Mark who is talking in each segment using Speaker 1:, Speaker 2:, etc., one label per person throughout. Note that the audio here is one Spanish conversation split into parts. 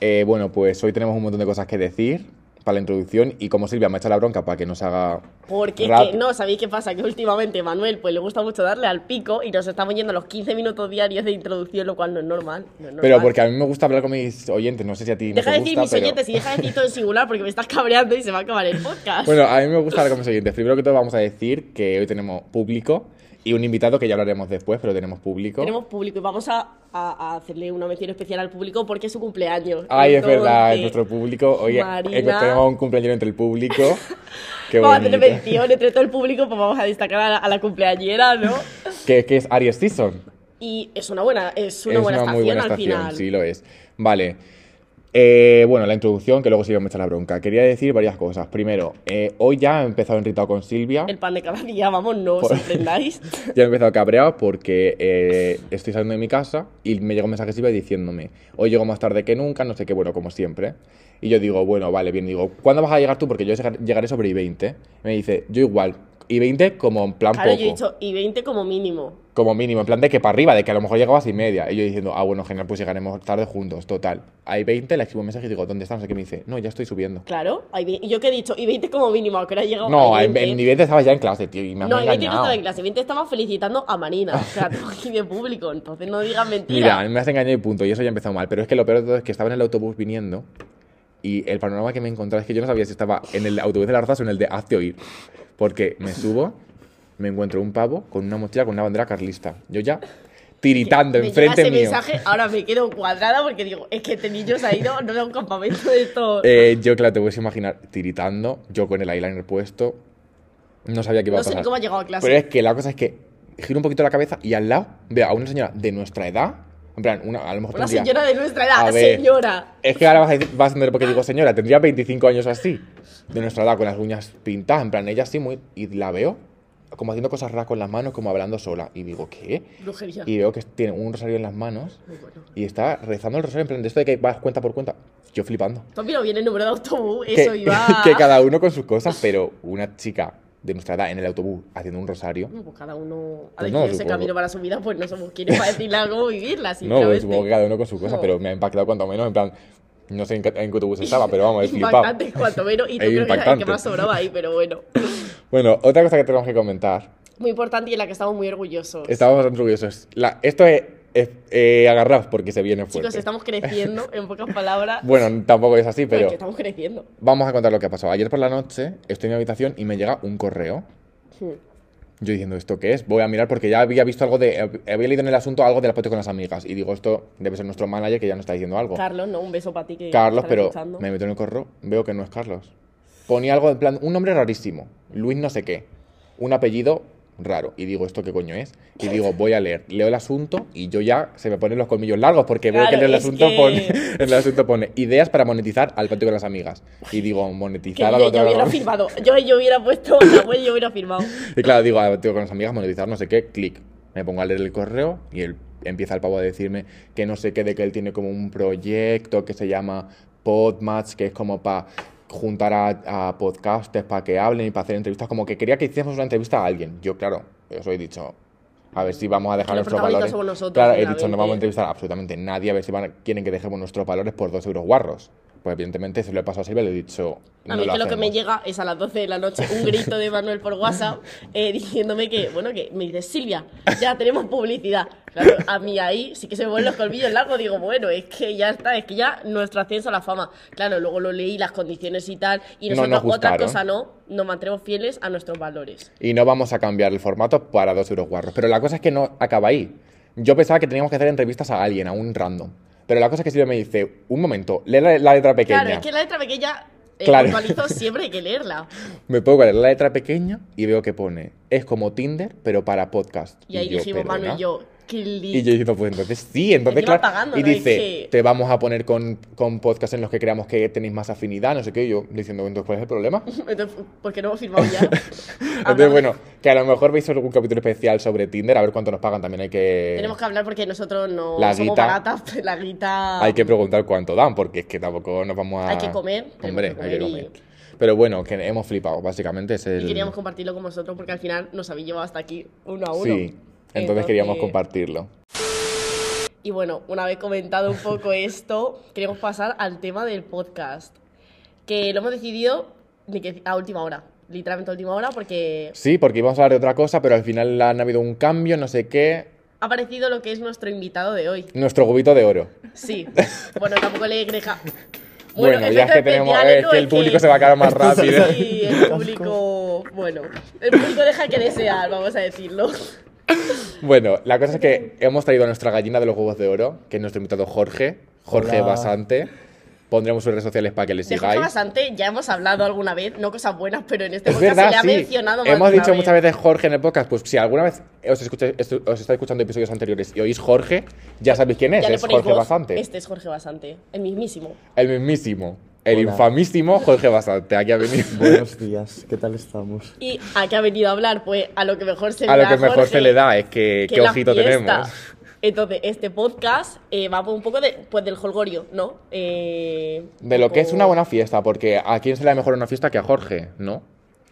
Speaker 1: Eh, bueno, pues hoy tenemos un montón de cosas que decir para la introducción y como Silvia me echa la bronca para que no se haga...
Speaker 2: Porque es
Speaker 1: rap-
Speaker 2: que, no, ¿sabéis qué pasa? Que últimamente Manuel pues le gusta mucho darle al pico y nos estamos yendo a los 15 minutos diarios de introducción, lo cual no es normal. no es
Speaker 1: Pero
Speaker 2: normal.
Speaker 1: porque a mí me gusta hablar con mis oyentes, no sé si a ti no
Speaker 2: Deja
Speaker 1: te
Speaker 2: de decir
Speaker 1: gusta,
Speaker 2: mis
Speaker 1: pero-
Speaker 2: oyentes y deja de decir todo en singular porque me estás cabreando y se va a acabar el podcast.
Speaker 1: Bueno, a mí me gusta hablar con mis oyentes. Primero que todo vamos a decir que hoy tenemos público y un invitado que ya hablaremos después, pero tenemos público.
Speaker 2: Tenemos público y vamos a, a- a hacerle una mención especial al público porque es su cumpleaños.
Speaker 1: Ay, es verdad, es
Speaker 2: Entonces,
Speaker 1: nuestro público. Hoy
Speaker 2: Marina.
Speaker 1: eh, tenemos un cumpleaños entre el público. Qué
Speaker 2: Vamos a tener
Speaker 1: bonito.
Speaker 2: mención entre todo el público, pues vamos a destacar a la, a la cumpleañera, ¿no?
Speaker 1: Que, que es Aries Season.
Speaker 2: Y es una buena, es una
Speaker 1: es
Speaker 2: buena
Speaker 1: una
Speaker 2: estación
Speaker 1: muy buena
Speaker 2: al
Speaker 1: estación,
Speaker 2: final.
Speaker 1: sí lo es. Vale. Eh, bueno, la introducción, que luego sí que me echa la bronca. Quería decir varias cosas. Primero, eh, hoy ya he empezado enritado con Silvia.
Speaker 2: El pan de cada día, vamos, no os
Speaker 1: Por-
Speaker 2: sorprendáis.
Speaker 1: Ya he empezado cabreado porque eh, estoy saliendo de mi casa y me llega un mensaje de Silvia diciéndome, hoy llego más tarde que nunca, no sé qué, bueno, como siempre. Y yo digo, bueno, vale, bien, digo, ¿cuándo vas a llegar tú? Porque yo llegar- llegaré sobre I-20. Y me dice, yo igual, I-20 como en plan
Speaker 2: Claro,
Speaker 1: poco,
Speaker 2: yo he dicho, y 20 como mínimo.
Speaker 1: como mínimo, en plan de que para arriba, de que a lo mejor llegabas y media. Y yo diciendo, ah, bueno, genial, pues llegaremos tarde juntos, total. Hay 20, le escribo un mensaje y digo, ¿dónde estamos? Y que me dice, no, ya estoy subiendo.
Speaker 2: Claro, hay ve- ¿y yo qué he dicho? Y 20 como mínimo, que ahora he llegado
Speaker 1: No,
Speaker 2: a
Speaker 1: en,
Speaker 2: 20.
Speaker 1: en I-20 estabas ya en clase, tío, y me has
Speaker 2: no, y 20 no
Speaker 1: engañado.
Speaker 2: estaba en clase, 20 estaba felicitando a Marina, o sea, todo aquí de público, entonces no digas mentiras.
Speaker 1: Mira, me has engañado y punto, y eso ya empezó mal. Pero es que lo peor de todo es que estaba en el autobús viniendo y el panorama que me encontraba es que yo no sabía si estaba en el autobús de la Arzazo o en el de Hazte Oír. Porque me subo, me encuentro un pavo con una mochila con una bandera carlista. Yo ya tiritando
Speaker 2: Me llega
Speaker 1: enfrente
Speaker 2: ese
Speaker 1: mío.
Speaker 2: mensaje, ahora me quedo cuadrada porque digo, es que este niño se ha ido, no era un campamento de todo.
Speaker 1: Eh, yo, claro, te puedes imaginar tiritando, yo con el eyeliner puesto. No sabía qué iba
Speaker 2: no
Speaker 1: a
Speaker 2: sé
Speaker 1: pasar.
Speaker 2: ni cómo ha llegado a clase.
Speaker 1: Pero es que la cosa es que giro un poquito la cabeza y al lado veo a una señora de nuestra edad. En plan, una, a lo mejor
Speaker 2: Una
Speaker 1: tendría-
Speaker 2: señora de nuestra edad,
Speaker 1: A ver.
Speaker 2: señora.
Speaker 1: Es que ahora vas a, decir- vas a entender por qué digo señora, tendría 25 años o así, de nuestra edad, con las uñas pintadas, en plan, ella así muy... Y la veo como haciendo cosas raras con las manos, como hablando sola. Y digo, ¿qué?
Speaker 2: Brujería.
Speaker 1: Y veo que tiene un rosario en las manos
Speaker 2: Muy bueno.
Speaker 1: y está rezando el rosario en plan de esto de que vas cuenta por cuenta. Yo flipando.
Speaker 2: Tú has mirado bien el número de autobús,
Speaker 1: Que-
Speaker 2: eso iba.
Speaker 1: que cada uno con sus cosas, pero una chica de nuestra edad en el autobús haciendo un rosario...
Speaker 2: Pues cada uno ha
Speaker 1: Pues
Speaker 2: decidido
Speaker 1: no,
Speaker 2: ese
Speaker 1: supongo.
Speaker 2: camino para su vida, pues no somos quienes para decirle a cómo vivirla,
Speaker 1: No, pues,
Speaker 2: sinceramente.
Speaker 1: supongo que cada uno con sus cosas,
Speaker 2: No.
Speaker 1: pero me ha impactado cuanto menos, en plan, no sé en qué, en qué autobús estaba, pero vamos, he flipado.
Speaker 2: Impactante, cuanto menos, y tú
Speaker 1: Es
Speaker 2: creo que era el que
Speaker 1: impactante.
Speaker 2: más sobraba ahí, pero bueno.
Speaker 1: Bueno, otra cosa que tenemos que comentar
Speaker 2: Muy importante y en la que estamos muy orgullosos.
Speaker 1: Estamos bastante orgullosos. La- esto es, es- eh, agarraos porque se viene fuerte.
Speaker 2: Chicos, estamos creciendo, en pocas palabras.
Speaker 1: Bueno, tampoco es así,
Speaker 2: Bueno,
Speaker 1: pero
Speaker 2: que estamos creciendo.
Speaker 1: vamos a contar lo que ha pasado. Ayer por la noche estoy en mi habitación y me llega un correo. Yo diciendo, ¿esto qué es? Voy a mirar porque ya había visto algo de. eh, Había leído en el asunto algo del apoyo con las amigas. Y digo, esto debe ser nuestro manager que ya nos está diciendo algo.
Speaker 2: Carlos, no, un beso para ti que
Speaker 1: Carlos,
Speaker 2: estará
Speaker 1: pero
Speaker 2: escuchando.
Speaker 1: me meto en el correo, veo que no es Carlos. Ponía algo en plan, un nombre rarísimo, Luis no sé qué, un apellido raro. Y digo, ¿esto qué coño es? Y digo, voy a leer, leo el asunto y yo ya se me ponen los colmillos largos porque veo
Speaker 2: Claro,
Speaker 1: que en el,
Speaker 2: es
Speaker 1: asunto
Speaker 2: que-
Speaker 1: pone, en el asunto pone ideas para monetizar al patio con las amigas. Y digo,
Speaker 2: Que
Speaker 1: monetizar
Speaker 2: yo,
Speaker 1: al
Speaker 2: yo
Speaker 1: patio con
Speaker 2: hubiera
Speaker 1: las
Speaker 2: firmado. Yo, yo hubiera puesto la web y yo hubiera firmado.
Speaker 1: Y claro, digo, al patio con las amigas, monetizar no sé qué, clic. Me pongo a leer el correo y él empieza el pavo a decirme que no sé qué, de que él tiene como un proyecto que se llama Podmatch, que es como para juntar a, a podcasters para que hablen y para hacer entrevistas. Como que quería que hiciésemos una entrevista a alguien. Yo, claro, os he dicho, a ver si vamos a dejar
Speaker 2: Los
Speaker 1: nuestros valores.
Speaker 2: protagonistas somos nosotros,
Speaker 1: claro, he
Speaker 2: claramente.
Speaker 1: dicho, no vamos a entrevistar a absolutamente nadie, a ver si van a- quieren que dejemos nuestros valores por dos euros guarros. Pues evidentemente se lo he pasado a Silvia y le he dicho.
Speaker 2: A
Speaker 1: no
Speaker 2: mí es que lo que me
Speaker 1: hacemos.
Speaker 2: llega es a las 12 de la noche un grito de Manuel por WhatsApp eh, diciéndome que, bueno, que me dice Silvia, ya tenemos publicidad. Claro, a mí ahí sí que se me ponen los colmillos largos. Digo, bueno, es que ya está, es que ya nuestro ascenso a la fama. Claro, luego lo leí, las condiciones y tal. Y
Speaker 1: No
Speaker 2: nosotros,
Speaker 1: nos
Speaker 2: otra
Speaker 1: gustaron.
Speaker 2: cosa no, nos mantenemos fieles a nuestros valores.
Speaker 1: Y no vamos a cambiar el formato para dos euros guarros. Pero la cosa es que no acaba ahí. Yo pensaba que teníamos que hacer entrevistas a alguien, a un random. Pero la cosa es que Silvia me dice, un momento, lee la, la letra pequeña.
Speaker 2: Claro, es que la letra pequeña, eh,
Speaker 1: Claro.
Speaker 2: puntualizo, siempre hay que leerla.
Speaker 1: Me pongo a leer la letra pequeña y veo que pone, es como Tinder, pero para podcast.
Speaker 2: Y ahí
Speaker 1: yo,
Speaker 2: dijimos, Manu
Speaker 1: "¿Perdona?".
Speaker 2: y yo, qué lindo.
Speaker 1: Y yo diciendo, pues entonces sí, entonces
Speaker 2: Encima
Speaker 1: claro.
Speaker 2: pagando,
Speaker 1: y
Speaker 2: ¿no? Es
Speaker 1: dice,
Speaker 2: que-
Speaker 1: te vamos a poner con, con podcasts en los que creamos que tenéis más afinidad, no sé qué. Y yo diciendo, entonces, ¿cuál es el problema?
Speaker 2: Entonces, ¿por qué no hemos firmado ya? Ah,
Speaker 1: Entonces, bueno, que a lo mejor veis algún capítulo especial sobre Tinder, a ver cuánto nos pagan. También hay que.
Speaker 2: Tenemos que hablar porque nosotros no
Speaker 1: La
Speaker 2: somos
Speaker 1: guita.
Speaker 2: baratas, pero la guita.
Speaker 1: Hay que preguntar cuánto dan, porque es que tampoco nos vamos a.
Speaker 2: Ah. Hay que comer, tenemos
Speaker 1: Hombre,
Speaker 2: que
Speaker 1: hay que
Speaker 2: comer y-
Speaker 1: comer. Pero bueno, que hemos flipado, básicamente. Es el...
Speaker 2: Y queríamos compartirlo con vosotros porque al final nos habéis llevado hasta aquí uno a uno.
Speaker 1: Sí, entonces, queríamos compartirlo.
Speaker 2: Y bueno, una vez comentado un poco esto, queremos pasar al tema del podcast. Que lo hemos decidido de que- a última hora. Literalmente a última hora, porque
Speaker 1: Sí, porque íbamos a hablar de otra cosa, pero al final han habido un cambio, no sé qué.
Speaker 2: ha aparecido lo que es nuestro invitado de hoy.
Speaker 1: Nuestro cubito de oro.
Speaker 2: Sí. Bueno, tampoco le deja.
Speaker 1: Bueno, ya es que tenemos. Es que el público se va a quedar más
Speaker 3: Esto se-
Speaker 1: rápido.
Speaker 2: Sí, el público. Bueno, el público deja que desear, vamos a decirlo.
Speaker 1: Bueno, la cosa es que hemos traído a nuestra gallina de los huevos de oro, que es nuestro invitado Jorge, Jorge
Speaker 3: Hola.
Speaker 1: Basante. Pondremos sus redes sociales para que le
Speaker 2: De Jorge
Speaker 1: sigáis.
Speaker 2: Basante ya hemos hablado alguna vez, no cosas buenas, pero en este
Speaker 1: Es
Speaker 2: podcast
Speaker 1: verdad,
Speaker 2: se le ha
Speaker 1: sí.
Speaker 2: mencionado más
Speaker 1: Hemos
Speaker 2: de una
Speaker 1: dicho muchas
Speaker 2: vez.
Speaker 1: veces Jorge en el podcast. Pues si alguna vez os, escucha- estu- os estáis escuchando episodios anteriores y oís Jorge, ya sabéis quién es.
Speaker 2: Ya le
Speaker 1: Es
Speaker 2: ponéis
Speaker 1: Jorge
Speaker 2: voz.
Speaker 1: Basante.
Speaker 2: Este es Jorge Basante, el mismísimo.
Speaker 1: El mismísimo. El
Speaker 3: Hola.
Speaker 1: infamísimo Jorge Basante. Aquí ha venido.
Speaker 3: Buenos días, ¿qué tal estamos?
Speaker 2: ¿Y a qué ha venido a hablar? Pues a lo que mejor se
Speaker 1: A lo
Speaker 2: le da
Speaker 1: que
Speaker 2: a
Speaker 1: mejor
Speaker 2: Jorge,
Speaker 1: se le da es que,
Speaker 2: que
Speaker 1: qué
Speaker 2: la
Speaker 1: ojito
Speaker 2: fiesta.
Speaker 1: tenemos.
Speaker 2: Entonces, este podcast eh, va por un poco de, pues, del holgorio, ¿no? Eh,
Speaker 1: De lo que es
Speaker 2: poco-
Speaker 1: una buena fiesta, porque ¿a quién se le da mejor una fiesta que a Jorge? ¿No?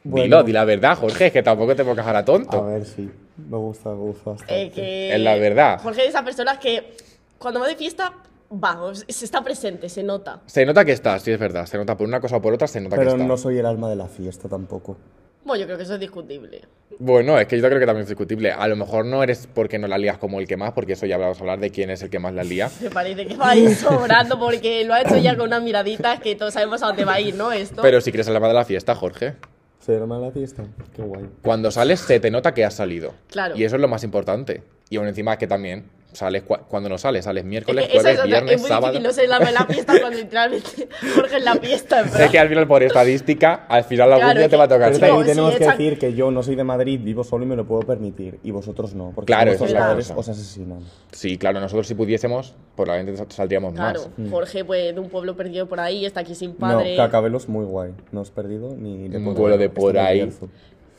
Speaker 3: Bueno.
Speaker 1: Dilo, di la verdad, Jorge, es que tampoco te puedo cajar a
Speaker 3: A
Speaker 1: tonto.
Speaker 3: ver, sí, me gusta, me gusta bastante.
Speaker 2: Eh, que
Speaker 1: Es la verdad.
Speaker 2: Jorge es esa persona que cuando va de fiesta, va, o se se está presente, se nota.
Speaker 1: Se nota que estás, sí, es verdad. Se nota por una cosa o por otra, se nota que
Speaker 3: Pero
Speaker 1: estás.
Speaker 3: no soy el alma de la fiesta tampoco.
Speaker 2: Bueno, yo creo que eso es discutible.
Speaker 1: Bueno, es que yo creo que también es discutible. A lo mejor no eres porque no la lías como el que más, porque eso ya vamos a hablar de quién es el que más la lía.
Speaker 2: Me parece que va a ir sobrando porque lo ha hecho ya con unas miraditas que todos sabemos a dónde va a ir, ¿no? Esto.
Speaker 1: Pero si quieres alma de la fiesta, Jorge,
Speaker 3: ¿Soy el alma de la fiesta? Qué guay.
Speaker 1: cuando sales se te nota que has salido.
Speaker 2: Claro.
Speaker 1: Y eso es lo más importante. Y aún encima que también sales cua- cuando no sales, sales
Speaker 2: Es que
Speaker 1: miércoles,
Speaker 2: eso
Speaker 1: jueves,
Speaker 2: es otra-
Speaker 1: viernes,
Speaker 2: es muy
Speaker 1: sábado.
Speaker 2: difícil no ser la, la fiesta cuando literalmente Jorge es la fiesta, en
Speaker 1: Sé
Speaker 2: verdad.
Speaker 1: que al final por estadística, al final algún
Speaker 2: Claro,
Speaker 1: día
Speaker 2: es
Speaker 1: te va a
Speaker 2: que-
Speaker 1: tocar.
Speaker 3: Pero
Speaker 2: Claro,
Speaker 3: también
Speaker 2: sí,
Speaker 3: tenemos que
Speaker 2: exacto.
Speaker 3: decir que yo no soy de Madrid, vivo solo y me lo puedo permitir. Y vosotros no, porque
Speaker 1: Claro, esa
Speaker 3: si
Speaker 2: es
Speaker 3: vuestros
Speaker 2: la
Speaker 3: padres
Speaker 1: cosa.
Speaker 3: os asesinan.
Speaker 1: Sí, claro, nosotros si pudiésemos, probablemente sal- saldríamos
Speaker 2: Claro,
Speaker 1: más.
Speaker 2: Jorge, pues de un pueblo perdido por ahí, está aquí sin padre.
Speaker 3: No, Cacabelos muy guay. No os he perdido ni de
Speaker 1: Un
Speaker 3: por
Speaker 1: vuelo
Speaker 3: ahí,
Speaker 1: de
Speaker 3: está
Speaker 1: por
Speaker 3: muy
Speaker 1: ahí.
Speaker 3: abierto.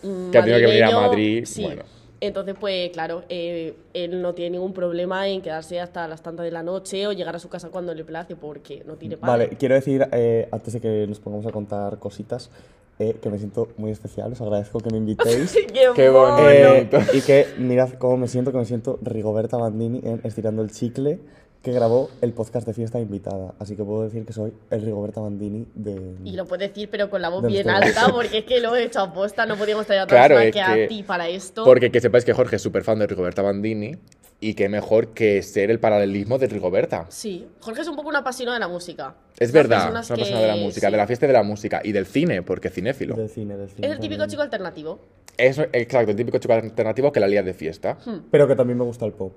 Speaker 2: mm,
Speaker 1: que ha tenido que venir a
Speaker 2: madrileño,
Speaker 1: Madrid,
Speaker 2: sí.
Speaker 1: bueno.
Speaker 2: Entonces, pues claro, eh, él no tiene ningún problema en quedarse hasta las tantas de la noche o llegar a su casa cuando le place porque no tiene padre.
Speaker 3: Vale, quiero decir, eh, antes de que nos pongamos a contar cositas, eh, que me siento muy especial, os agradezco que me invitéis.
Speaker 2: ¡Qué,
Speaker 1: Qué
Speaker 2: mono!
Speaker 1: bonito.
Speaker 3: Eh,
Speaker 1: Bueno.
Speaker 3: y que mirad cómo me siento, que me siento Rigoberta Bandini en Estirando el Chicle, que grabó el podcast de fiesta invitada. Así que puedo decir que soy el Rigoberta Bandini de...
Speaker 2: Y lo puedes decir, pero con la voz
Speaker 3: De
Speaker 2: bien
Speaker 3: nuestro
Speaker 2: alta, porque es que lo he hecho aposta, no podíamos traer a otra
Speaker 1: Claro,
Speaker 2: persona
Speaker 1: es
Speaker 2: que, a
Speaker 1: que-
Speaker 2: ti para esto.
Speaker 1: Porque que sepáis que Jorge es súper fan de Rigoberta Bandini y que mejor que ser el paralelismo de Rigoberta.
Speaker 2: Sí, Jorge es un poco un apasionado de la música.
Speaker 1: Es
Speaker 2: Esas
Speaker 1: verdad,
Speaker 2: personas
Speaker 1: es una
Speaker 2: que-
Speaker 1: persona de la música,
Speaker 2: sí.
Speaker 1: de la fiesta y de la música y del cine, porque es cinéfilo.
Speaker 3: Del cine, del cine.
Speaker 2: Es el típico
Speaker 3: también.
Speaker 2: chico alternativo.
Speaker 1: Es exacto, el típico chico alternativo que la lía de fiesta.
Speaker 2: Hmm.
Speaker 3: Pero que también me gusta el pop.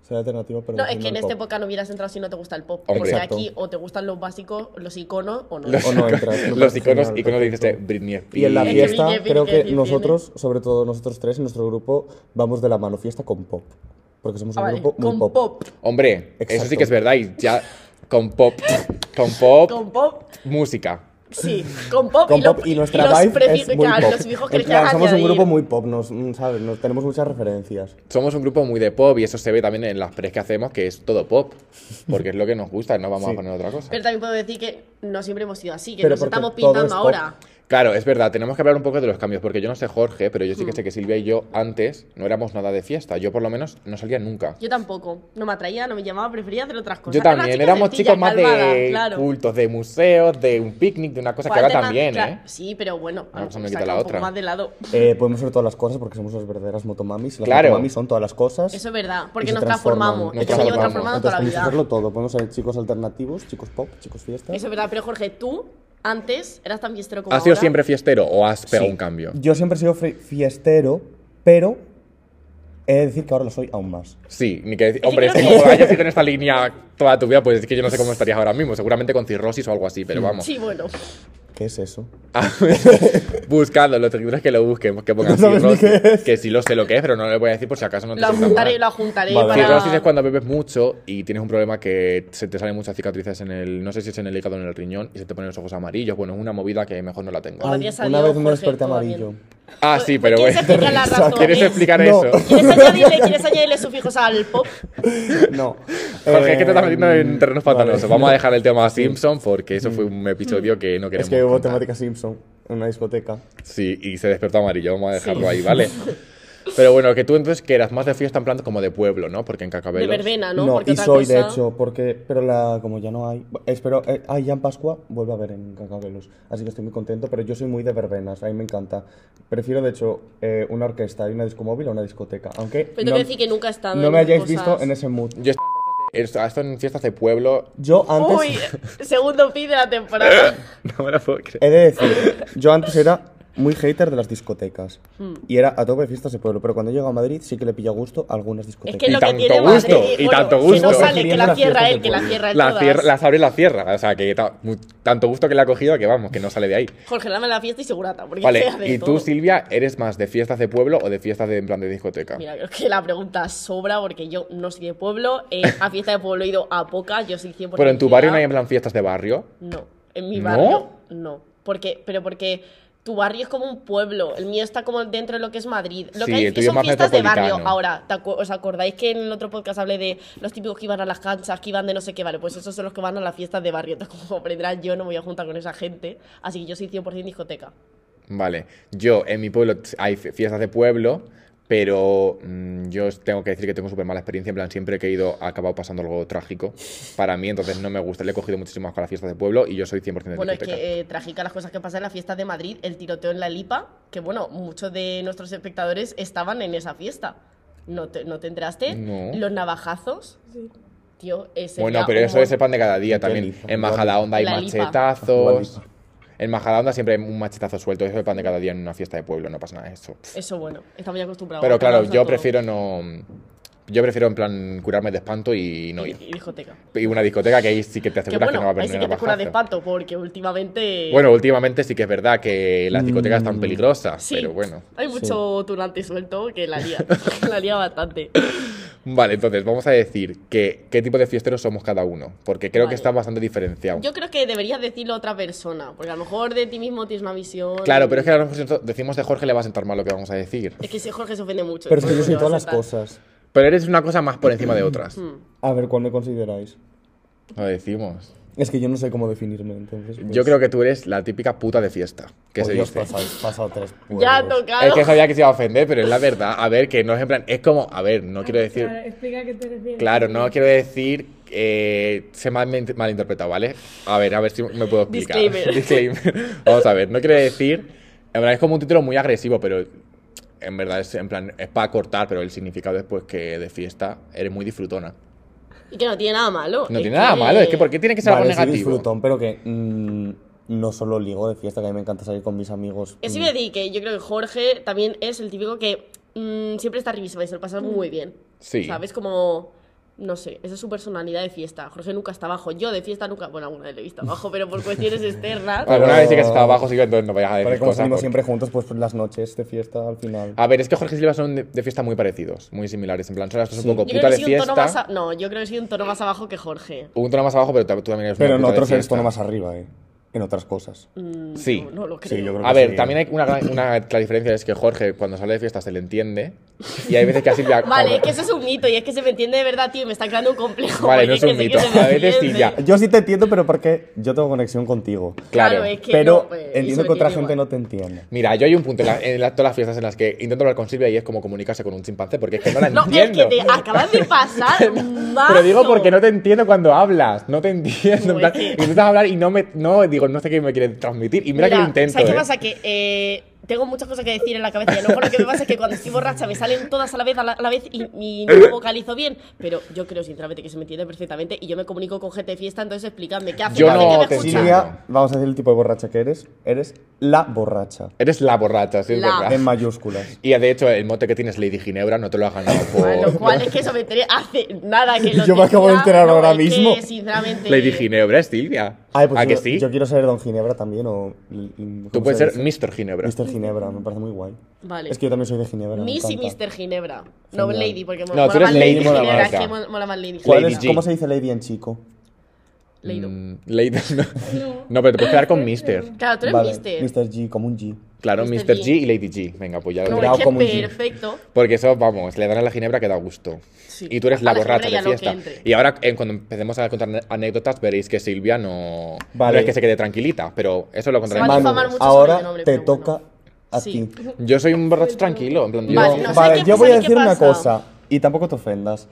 Speaker 3: Soy alternativo, pero...
Speaker 2: No,
Speaker 3: me
Speaker 2: es que
Speaker 3: encanta
Speaker 2: en este
Speaker 3: el
Speaker 2: esta
Speaker 3: pop.
Speaker 2: época no hubieras entrado si no te gusta el pop.
Speaker 1: Hombre.
Speaker 2: Porque
Speaker 3: Exacto.
Speaker 2: aquí o te gustan los básicos, los iconos, o no.
Speaker 1: Los,
Speaker 3: O no
Speaker 1: iconos-
Speaker 3: entras, me
Speaker 1: los
Speaker 3: parece
Speaker 1: iconos,
Speaker 3: genial,
Speaker 1: iconos dices
Speaker 3: perfecto.
Speaker 1: eh, Britney Spears.
Speaker 3: Y en la
Speaker 2: Sí.
Speaker 3: fiesta,
Speaker 2: Viene, viene,
Speaker 3: creo que
Speaker 2: viene.
Speaker 3: nosotros, sobre todo nosotros tres, en nuestro grupo, vamos de la mano fiesta con pop. Porque somos
Speaker 2: Ah,
Speaker 3: un
Speaker 2: vale,
Speaker 3: grupo muy
Speaker 2: Con
Speaker 3: pop.
Speaker 2: pop.
Speaker 1: Hombre, eso sí
Speaker 3: Exacto.
Speaker 1: que es verdad y ya con pop, con pop,
Speaker 2: Con pop.
Speaker 1: música.
Speaker 2: Sí, con pop.
Speaker 3: Con
Speaker 2: lo-
Speaker 3: pop y nuestra
Speaker 2: los
Speaker 3: vibe
Speaker 2: prefi-
Speaker 3: es muy
Speaker 2: claro,
Speaker 3: pop.
Speaker 2: los sufijos
Speaker 3: En
Speaker 2: que le
Speaker 3: plan,
Speaker 2: quieras
Speaker 3: somos un
Speaker 2: añadir.
Speaker 3: grupo muy pop, nos, mm, ¿sabes? Nos, tenemos muchas referencias.
Speaker 1: Somos un grupo muy de pop y eso se ve también en las pres que hacemos, que es todo pop, porque es lo que nos gusta, no vamos a
Speaker 3: Sí.
Speaker 1: poner otra cosa.
Speaker 2: Pero también puedo decir que no siempre hemos sido así, que
Speaker 3: Pero
Speaker 2: nos
Speaker 3: porque
Speaker 2: estamos
Speaker 3: todo
Speaker 2: pintando
Speaker 3: es pop.
Speaker 2: ahora.
Speaker 1: Claro, es verdad, tenemos que hablar un poco de los cambios, porque yo no sé Jorge, pero yo
Speaker 2: Hmm.
Speaker 1: sí que sé que Silvia y yo antes no éramos nada de fiesta, yo por lo menos no salía nunca.
Speaker 2: Yo tampoco. No me atraía, no me llamaba, prefería hacer otras cosas.
Speaker 1: Yo
Speaker 2: Era una
Speaker 1: también,
Speaker 2: chica
Speaker 1: éramos
Speaker 2: sencilla,
Speaker 1: chicos más
Speaker 2: calmada,
Speaker 1: de
Speaker 2: claro.
Speaker 1: cultos, de museos, de un picnic, de una cosa que
Speaker 2: Cuál
Speaker 1: ahora
Speaker 2: tema-
Speaker 1: también,
Speaker 2: claro,
Speaker 1: ¿eh?
Speaker 2: Sí, pero bueno,
Speaker 3: Ah,
Speaker 1: Una
Speaker 3: pues
Speaker 1: cosa no
Speaker 2: vamos,
Speaker 1: quita
Speaker 2: saca
Speaker 1: la
Speaker 2: un poco
Speaker 1: otra.
Speaker 2: más de lado.
Speaker 3: Eh, podemos ser todas las cosas porque somos las verdaderas motomamis. Las
Speaker 1: Claro.
Speaker 3: motomamis son todas las cosas.
Speaker 2: Eso es verdad, porque
Speaker 3: y se
Speaker 2: nos
Speaker 3: transforman.
Speaker 2: transformamos.
Speaker 1: nos
Speaker 2: Yo me llevo
Speaker 1: transformamos.
Speaker 2: transformando toda la
Speaker 3: Entonces, podemos
Speaker 2: vida.
Speaker 3: hacerlo todo. Podemos ser chicos alternativos, chicos pop, chicos fiesta.
Speaker 2: Eso es verdad, pero Jorge, tú antes eras tan fiestero como
Speaker 1: ¿Has sido
Speaker 2: ahora.
Speaker 1: siempre fiestero o has pegado
Speaker 3: Sí.
Speaker 1: un cambio?
Speaker 3: Yo siempre he sido fri- fiestero, pero he de decir que ahora lo soy aún más.
Speaker 1: Sí, ni que decir. Hombre, es
Speaker 2: creo
Speaker 1: que
Speaker 2: que-
Speaker 1: como hayas ido en esta línea toda tu vida, pues es que yo no sé cómo estarías ahora mismo. Seguramente con cirrosis o algo así, pero vamos.
Speaker 2: Sí, bueno.
Speaker 3: ¿Qué es eso?
Speaker 1: Buscando, los seguidores que lo busquen, que pongan
Speaker 3: No sabes ni
Speaker 1: cirrosis.
Speaker 3: qué es.
Speaker 1: Que sí lo sé lo que es, pero no le voy a decir por si acaso no te
Speaker 2: Lo
Speaker 1: sientas
Speaker 2: apuntaré,
Speaker 1: mal.
Speaker 2: lo apuntaré
Speaker 3: Vale.
Speaker 2: para...
Speaker 1: Cirrosis es cuando bebes mucho y tienes un problema que se te salen muchas cicatrices en el. No sé si es en el hígado o en el riñón y se te ponen los ojos amarillos. Bueno, es una movida que mejor no la tengo.
Speaker 2: Ah.
Speaker 3: Ay,
Speaker 2: Gracias a
Speaker 3: una
Speaker 2: Dios,
Speaker 3: vez me
Speaker 2: Jorge,
Speaker 3: desperté
Speaker 2: todo
Speaker 3: amarillo.
Speaker 2: bien.
Speaker 1: Ah, sí, pero
Speaker 2: ¿Quieres
Speaker 1: bueno.
Speaker 2: explicar las razones?
Speaker 1: ¿Quieres explicar
Speaker 3: No.
Speaker 1: eso?
Speaker 2: ¿Quieres añadirle, ¿Quieres añadirle sufijos al pop?
Speaker 3: No.
Speaker 1: Jorge, es que te estás
Speaker 3: Eh,
Speaker 1: metiendo en terrenos
Speaker 3: vale. Mm.
Speaker 1: pantanosos. Vamos a dejar el tema Simpson porque eso fue un episodio que no
Speaker 3: Es
Speaker 1: queremos.
Speaker 3: que hubo
Speaker 1: contar.
Speaker 3: temática Simpson en una discoteca.
Speaker 1: Sí, y se despertó amarillo, vamos a dejarlo
Speaker 2: Sí.
Speaker 1: ahí, ¿vale? Pero bueno, que tú entonces que eras más de fiesta en plan como de pueblo, ¿no? Porque en
Speaker 2: De
Speaker 1: Cacabelos...
Speaker 2: verbena, Ah, ¿no?
Speaker 3: No,
Speaker 2: Porque
Speaker 3: y
Speaker 2: otra
Speaker 3: soy de
Speaker 2: cosa-
Speaker 3: hecho, porque. Pero la, como ya no hay. Espero. eh, ah, ya en Pascua vuelve a haber en Cacabelos. Así que estoy muy contento, pero yo soy muy de verbenas, a mí me encanta. Prefiero, de hecho, eh, una orquesta y una disco móvil a una discoteca. Aunque.
Speaker 2: Pero tengo
Speaker 3: no,
Speaker 2: que decir que nunca he estado
Speaker 3: no
Speaker 2: en
Speaker 3: me hayáis
Speaker 2: cosas-
Speaker 3: visto
Speaker 1: este
Speaker 3: en ese mood.
Speaker 1: Yo estaba esto en fiestas de pueblo...
Speaker 3: Yo antes.
Speaker 2: Uy, segundo pi de la temporada.
Speaker 1: No me la puedo creer.
Speaker 3: He de decir, yo antes era muy hater de las discotecas. Y era a tope de fiestas de pueblo. Pero cuando llego a Madrid sí que le pilla gusto a algunas
Speaker 2: Es
Speaker 3: discotecas.
Speaker 2: que
Speaker 1: Y
Speaker 2: lo que
Speaker 1: tanto
Speaker 2: tiene
Speaker 1: gusto,
Speaker 2: Madrid-
Speaker 1: y
Speaker 2: bueno,
Speaker 1: tanto
Speaker 2: Que
Speaker 1: gusto.
Speaker 2: no sale, que la cierra
Speaker 3: Las fiestas
Speaker 2: él,
Speaker 3: de
Speaker 2: que la
Speaker 3: pueblo.
Speaker 2: cierra él
Speaker 1: pues, La
Speaker 2: todas.
Speaker 1: cierra, las abre y la cierra. O sea, que ta- mu- tanto gusto que le ha cogido que vamos, que no sale de ahí.
Speaker 2: Jorge, dame la fiesta y segurata, porque
Speaker 1: Vale,
Speaker 2: sea de
Speaker 1: ¿y
Speaker 2: todo.
Speaker 1: tú, Silvia, eres más de fiestas de pueblo o de fiestas de en plan de discoteca?
Speaker 2: Mira, creo que la pregunta sobra porque yo no soy de pueblo. eh, a fiesta de pueblo he ido a poca, yo soy 100%
Speaker 1: Pero en tu barrio no hay en
Speaker 2: ciudad.
Speaker 1: plan fiestas de barrio.
Speaker 2: No, en mi
Speaker 1: ¿No?
Speaker 2: barrio no. Porque, pero porque tu barrio es como un pueblo, el mío está como dentro de lo que es Madrid. Lo
Speaker 1: Sí,
Speaker 2: que hay
Speaker 1: el tuyo es
Speaker 2: son
Speaker 1: más
Speaker 2: fiestas de barrio.
Speaker 1: metropolitano.
Speaker 2: Ahora, ¿te acu- ¿os acordáis que en el otro podcast hablé de los típicos que iban a las canchas, que iban de no sé qué? Vale, pues esos son los que van a las fiestas de barrio. Entonces, como comprenderás, yo no me voy a juntar con esa gente. Así que yo soy 100% discoteca.
Speaker 1: Vale, yo en mi pueblo t- hay fi- fiestas de pueblo, pero mm, yo os tengo que decir que tengo súper mala experiencia. En plan, siempre que he ido ha acabado pasando algo trágico para mí, entonces no me gusta. Le he cogido muchísimas con las fiestas de pueblo y yo soy 100% de
Speaker 2: Bueno, es
Speaker 1: discoteca.
Speaker 2: que eh, trágica las cosas que pasan en las fiestas de Madrid, el tiroteo en la Lipa, que bueno, muchos de nuestros espectadores estaban en esa fiesta. ¿No te, no te enteraste?
Speaker 1: No.
Speaker 2: Los navajazos. Tío, ese
Speaker 1: Bueno,
Speaker 2: era
Speaker 1: pero
Speaker 2: un
Speaker 1: eso es
Speaker 2: mon-
Speaker 1: el pan de cada día
Speaker 3: Qué
Speaker 1: también.
Speaker 3: lipa,
Speaker 1: En
Speaker 3: la
Speaker 1: Majadahonda hay
Speaker 2: La lipa.
Speaker 1: machetazos.
Speaker 3: La lipa.
Speaker 1: En Majadahonda siempre hay un machetazo suelto. Eso es el pan de cada día en una fiesta de pueblo, no pasa nada de eso.
Speaker 2: Eso bueno, estamos ya acostumbrados.
Speaker 1: Pero claro,
Speaker 2: acostumbrados a
Speaker 1: yo
Speaker 2: todo.
Speaker 1: prefiero no. Yo prefiero en plan curarme de espanto y no ir.
Speaker 2: Y, y discoteca.
Speaker 1: Y una discoteca que ahí sí que te
Speaker 2: Que
Speaker 1: aseguras que no va a
Speaker 2: bueno,
Speaker 1: haber
Speaker 2: ahí sí
Speaker 1: ni
Speaker 2: que te cura de
Speaker 1: navajazo.
Speaker 2: espanto, porque últimamente...
Speaker 1: Bueno, últimamente sí que es verdad que las discotecas están
Speaker 3: Mm.
Speaker 1: peligrosas,
Speaker 2: sí,
Speaker 1: pero bueno.
Speaker 2: hay mucho tunante suelto que la lía, la lía bastante.
Speaker 1: Vale, entonces vamos a decir que, qué tipo de fiesteros somos cada uno, porque creo
Speaker 2: Vale.
Speaker 1: que está bastante diferenciado.
Speaker 2: Yo creo que deberías decirlo a otra persona, porque a lo mejor de ti mismo tienes una visión...
Speaker 1: Claro, pero es que a lo mejor si decimos de Jorge le va a sentar mal lo que vamos a decir.
Speaker 2: Es que si Jorge se ofende mucho.
Speaker 3: Pero es que yo
Speaker 2: entonces
Speaker 3: soy
Speaker 2: Pues no le
Speaker 3: todas
Speaker 2: va a
Speaker 3: las cosas.
Speaker 1: Pero eres una cosa más por encima de otras.
Speaker 2: sentar. Mm.
Speaker 3: A ver, ¿cuál me consideráis?
Speaker 1: Lo decimos.
Speaker 3: Es que yo no sé cómo definirme, entonces. pues,
Speaker 1: Yo creo que tú eres la típica puta de fiesta, que se dice.
Speaker 3: pasado tres
Speaker 2: Ya ha
Speaker 3: pueblos.
Speaker 2: tocado.
Speaker 1: Es que sabía que se iba a ofender, pero es la verdad. A ver, que no es en plan. Es como, a ver, no quiero decir.
Speaker 4: Claro, explica a qué te refieres.
Speaker 1: Claro, no quiero decir. Eh, se me ha mal- malinterpretado, ¿vale? A ver, a ver si me puedo explicar.
Speaker 2: Disclaimer.
Speaker 1: Disclaimer. Vamos a ver, no quiero decir. En verdad es como un título muy agresivo, pero en verdad es en plan. Es para cortar, pero el significado es pues que de fiesta eres muy disfrutona.
Speaker 2: Y que no tiene nada malo.
Speaker 1: No
Speaker 2: es
Speaker 1: tiene nada malo, es que ¿por qué tiene que ser
Speaker 3: Vale,
Speaker 1: algo
Speaker 3: soy
Speaker 1: negativo?
Speaker 3: disfrutón, pero que mm, no solo ligo de fiesta, que a mí me encanta salir con mis amigos.
Speaker 2: Eso
Speaker 3: mm,
Speaker 2: iba a decir que yo creo que Jorge también es el típico que mm, siempre está arribísima y se lo pasa muy bien.
Speaker 1: Sí.
Speaker 2: ¿Sabes? Como. No sé, esa es su personalidad de fiesta. Jorge nunca está abajo. Yo de fiesta nunca. Bueno, alguna vez le he visto abajo, pero por cuestiones externas.
Speaker 3: Vale.
Speaker 1: Alguna vez sí que has
Speaker 3: Pero-
Speaker 1: estado abajo, sí que entonces no vayas a decir
Speaker 3: Porque como
Speaker 1: cosas.
Speaker 3: salimos
Speaker 1: porque- Ah,
Speaker 3: siempre juntos, pues las noches de fiesta al final.
Speaker 1: A ver, es que Jorge y Silva son de, de fiesta muy parecidos, muy similares. En plan, son las dos
Speaker 3: Sí.
Speaker 1: un poco
Speaker 2: yo creo
Speaker 1: puta
Speaker 2: que
Speaker 1: de
Speaker 2: soy un tono más.
Speaker 1: fiesta.
Speaker 2: a- No, yo creo que soy un tono más abajo que Jorge.
Speaker 1: Un tono más abajo, pero ta- tú también eres una
Speaker 3: pero en
Speaker 1: puta de
Speaker 3: otros eres
Speaker 1: fiesta.
Speaker 3: tono más arriba, ¿eh? En otras cosas.
Speaker 2: Mm,
Speaker 1: Sí.
Speaker 2: No, no lo
Speaker 3: Sí,
Speaker 2: creo.
Speaker 3: yo creo
Speaker 1: A
Speaker 3: que
Speaker 1: ver,
Speaker 3: sí.
Speaker 1: también hay una gran, una clara diferencia, es que Jorge cuando sale de fiesta se le entiende y hay veces que a Silvia...
Speaker 2: Vale, es que eso es un mito y es que se me entiende de verdad, tío, y me está creando un complejo.
Speaker 1: Vale,
Speaker 2: porque
Speaker 1: no es un
Speaker 2: que sé
Speaker 1: mito.
Speaker 2: que se me
Speaker 1: A veces sí,
Speaker 2: entiende.
Speaker 1: ya.
Speaker 3: Yo sí te entiendo, pero porque yo tengo conexión contigo.
Speaker 1: Claro.
Speaker 2: es que
Speaker 3: Pero
Speaker 2: no, pues, y
Speaker 3: entiendo
Speaker 2: sobre
Speaker 3: que otra
Speaker 2: ti
Speaker 3: gente
Speaker 2: igual.
Speaker 3: no te entiende.
Speaker 1: Mira, yo hay un punto en, la- en la- todas las fiestas en las que intento hablar con Silvia y es como comunicarse con un chimpancé porque es que no la
Speaker 2: No, es
Speaker 1: entiendo.
Speaker 2: que te acabas de pasar mazo.
Speaker 1: Pero digo porque no te entiendo cuando hablas, no te entiendo. en plan,
Speaker 2: Pues sí.
Speaker 1: Intentas hablar y no me... No, digo, no sé qué me quiere transmitir y mira, que lo intento.
Speaker 2: ¿Sabes qué
Speaker 1: ¿eh?
Speaker 2: pasa? Que eh, tengo muchas cosas que decir en la cabeza. Y a lo mejor lo que me pasa es que cuando estoy borracha me salen todas a la vez, a la, a la vez y, y no vocalizo bien. Pero yo creo, sinceramente, que se me entiende perfectamente. Y yo me comunico con gente de fiesta, entonces explícame qué hace.
Speaker 1: Yo
Speaker 2: ¿Qué hace?
Speaker 1: no
Speaker 2: ¿Qué me
Speaker 1: te
Speaker 2: escucha?
Speaker 1: entiendo.
Speaker 3: Silvia, vamos a decir el tipo de borracha que eres. Eres la borracha.
Speaker 1: Eres la borracha, sí, es
Speaker 2: La.
Speaker 1: verdad.
Speaker 3: En mayúsculas.
Speaker 1: Y de hecho, el mote que tienes Lady Ginebra no te lo has ganado
Speaker 2: A lo
Speaker 1: por.
Speaker 2: cual es que eso me enteré hace nada que lo
Speaker 3: Yo me acabo de
Speaker 2: tenía.
Speaker 3: enterar
Speaker 2: No,
Speaker 3: ahora
Speaker 2: es que,
Speaker 3: mismo.
Speaker 2: sinceramente.
Speaker 1: Lady Ginebra es Silvia.
Speaker 3: Ay, pues
Speaker 1: ¿A
Speaker 3: yo,
Speaker 1: que sí?
Speaker 3: yo quiero ser Don Ginebra también o... ¿cómo
Speaker 1: Tú puedes
Speaker 3: se
Speaker 1: ser
Speaker 3: dice?
Speaker 1: Mr. Ginebra.
Speaker 3: Mr. Ginebra, me parece muy guay.
Speaker 2: Vale.
Speaker 3: Es que yo también soy de Ginebra. me
Speaker 2: Miss y
Speaker 3: encanta.
Speaker 2: Mr. Ginebra. No,
Speaker 3: Genial.
Speaker 2: Lady, porque mo-
Speaker 1: No, tú
Speaker 2: mola
Speaker 1: eres
Speaker 2: más
Speaker 1: Lady,
Speaker 2: Lady
Speaker 1: mola
Speaker 2: Ginebra.
Speaker 1: más.
Speaker 2: Es que mo- mola más Lady
Speaker 3: ¿Cuál
Speaker 1: Lady
Speaker 3: es-
Speaker 1: G.
Speaker 3: ¿Cómo se dice Lady en chico?
Speaker 2: Leido.
Speaker 1: Mm, Lady. No. No, pero te puedes quedar con Mr.
Speaker 2: Claro, tú eres
Speaker 3: Vale,
Speaker 2: Mister.
Speaker 3: Mr. G, como un G.
Speaker 1: Claro,
Speaker 2: Mr.
Speaker 1: Mr. G.
Speaker 2: G
Speaker 1: y Lady G. Venga, pues ya lo
Speaker 2: No,
Speaker 1: verás.
Speaker 2: es
Speaker 3: Bravo como un
Speaker 2: que
Speaker 3: G.
Speaker 2: perfecto.
Speaker 1: Porque eso, vamos, le dan a la Ginebra que da gusto.
Speaker 2: Sí.
Speaker 1: Y tú eres
Speaker 2: A
Speaker 1: la
Speaker 2: la
Speaker 1: borracha de
Speaker 2: Ginebra ya
Speaker 1: fiesta.
Speaker 2: no que entre.
Speaker 1: Y ahora, en cuando empecemos a contar anécdotas, veréis que Silvia no.
Speaker 3: Vale.
Speaker 1: No es que se quede tranquilita, pero eso lo contaré
Speaker 2: Se va a
Speaker 1: en-
Speaker 2: difamar mucho sobre
Speaker 3: ahora
Speaker 2: mi nombre,
Speaker 3: te
Speaker 2: pero bueno.
Speaker 3: toca a
Speaker 2: Sí.
Speaker 3: ti.
Speaker 1: Yo soy un borracho tranquilo, en plan, yo...
Speaker 2: Vale, no,
Speaker 3: vale,
Speaker 2: ¿sabes qué
Speaker 3: yo voy
Speaker 2: pasa?
Speaker 3: a
Speaker 2: ¿Qué
Speaker 3: decir una
Speaker 2: pasa?
Speaker 3: cosa y tampoco te ofendas.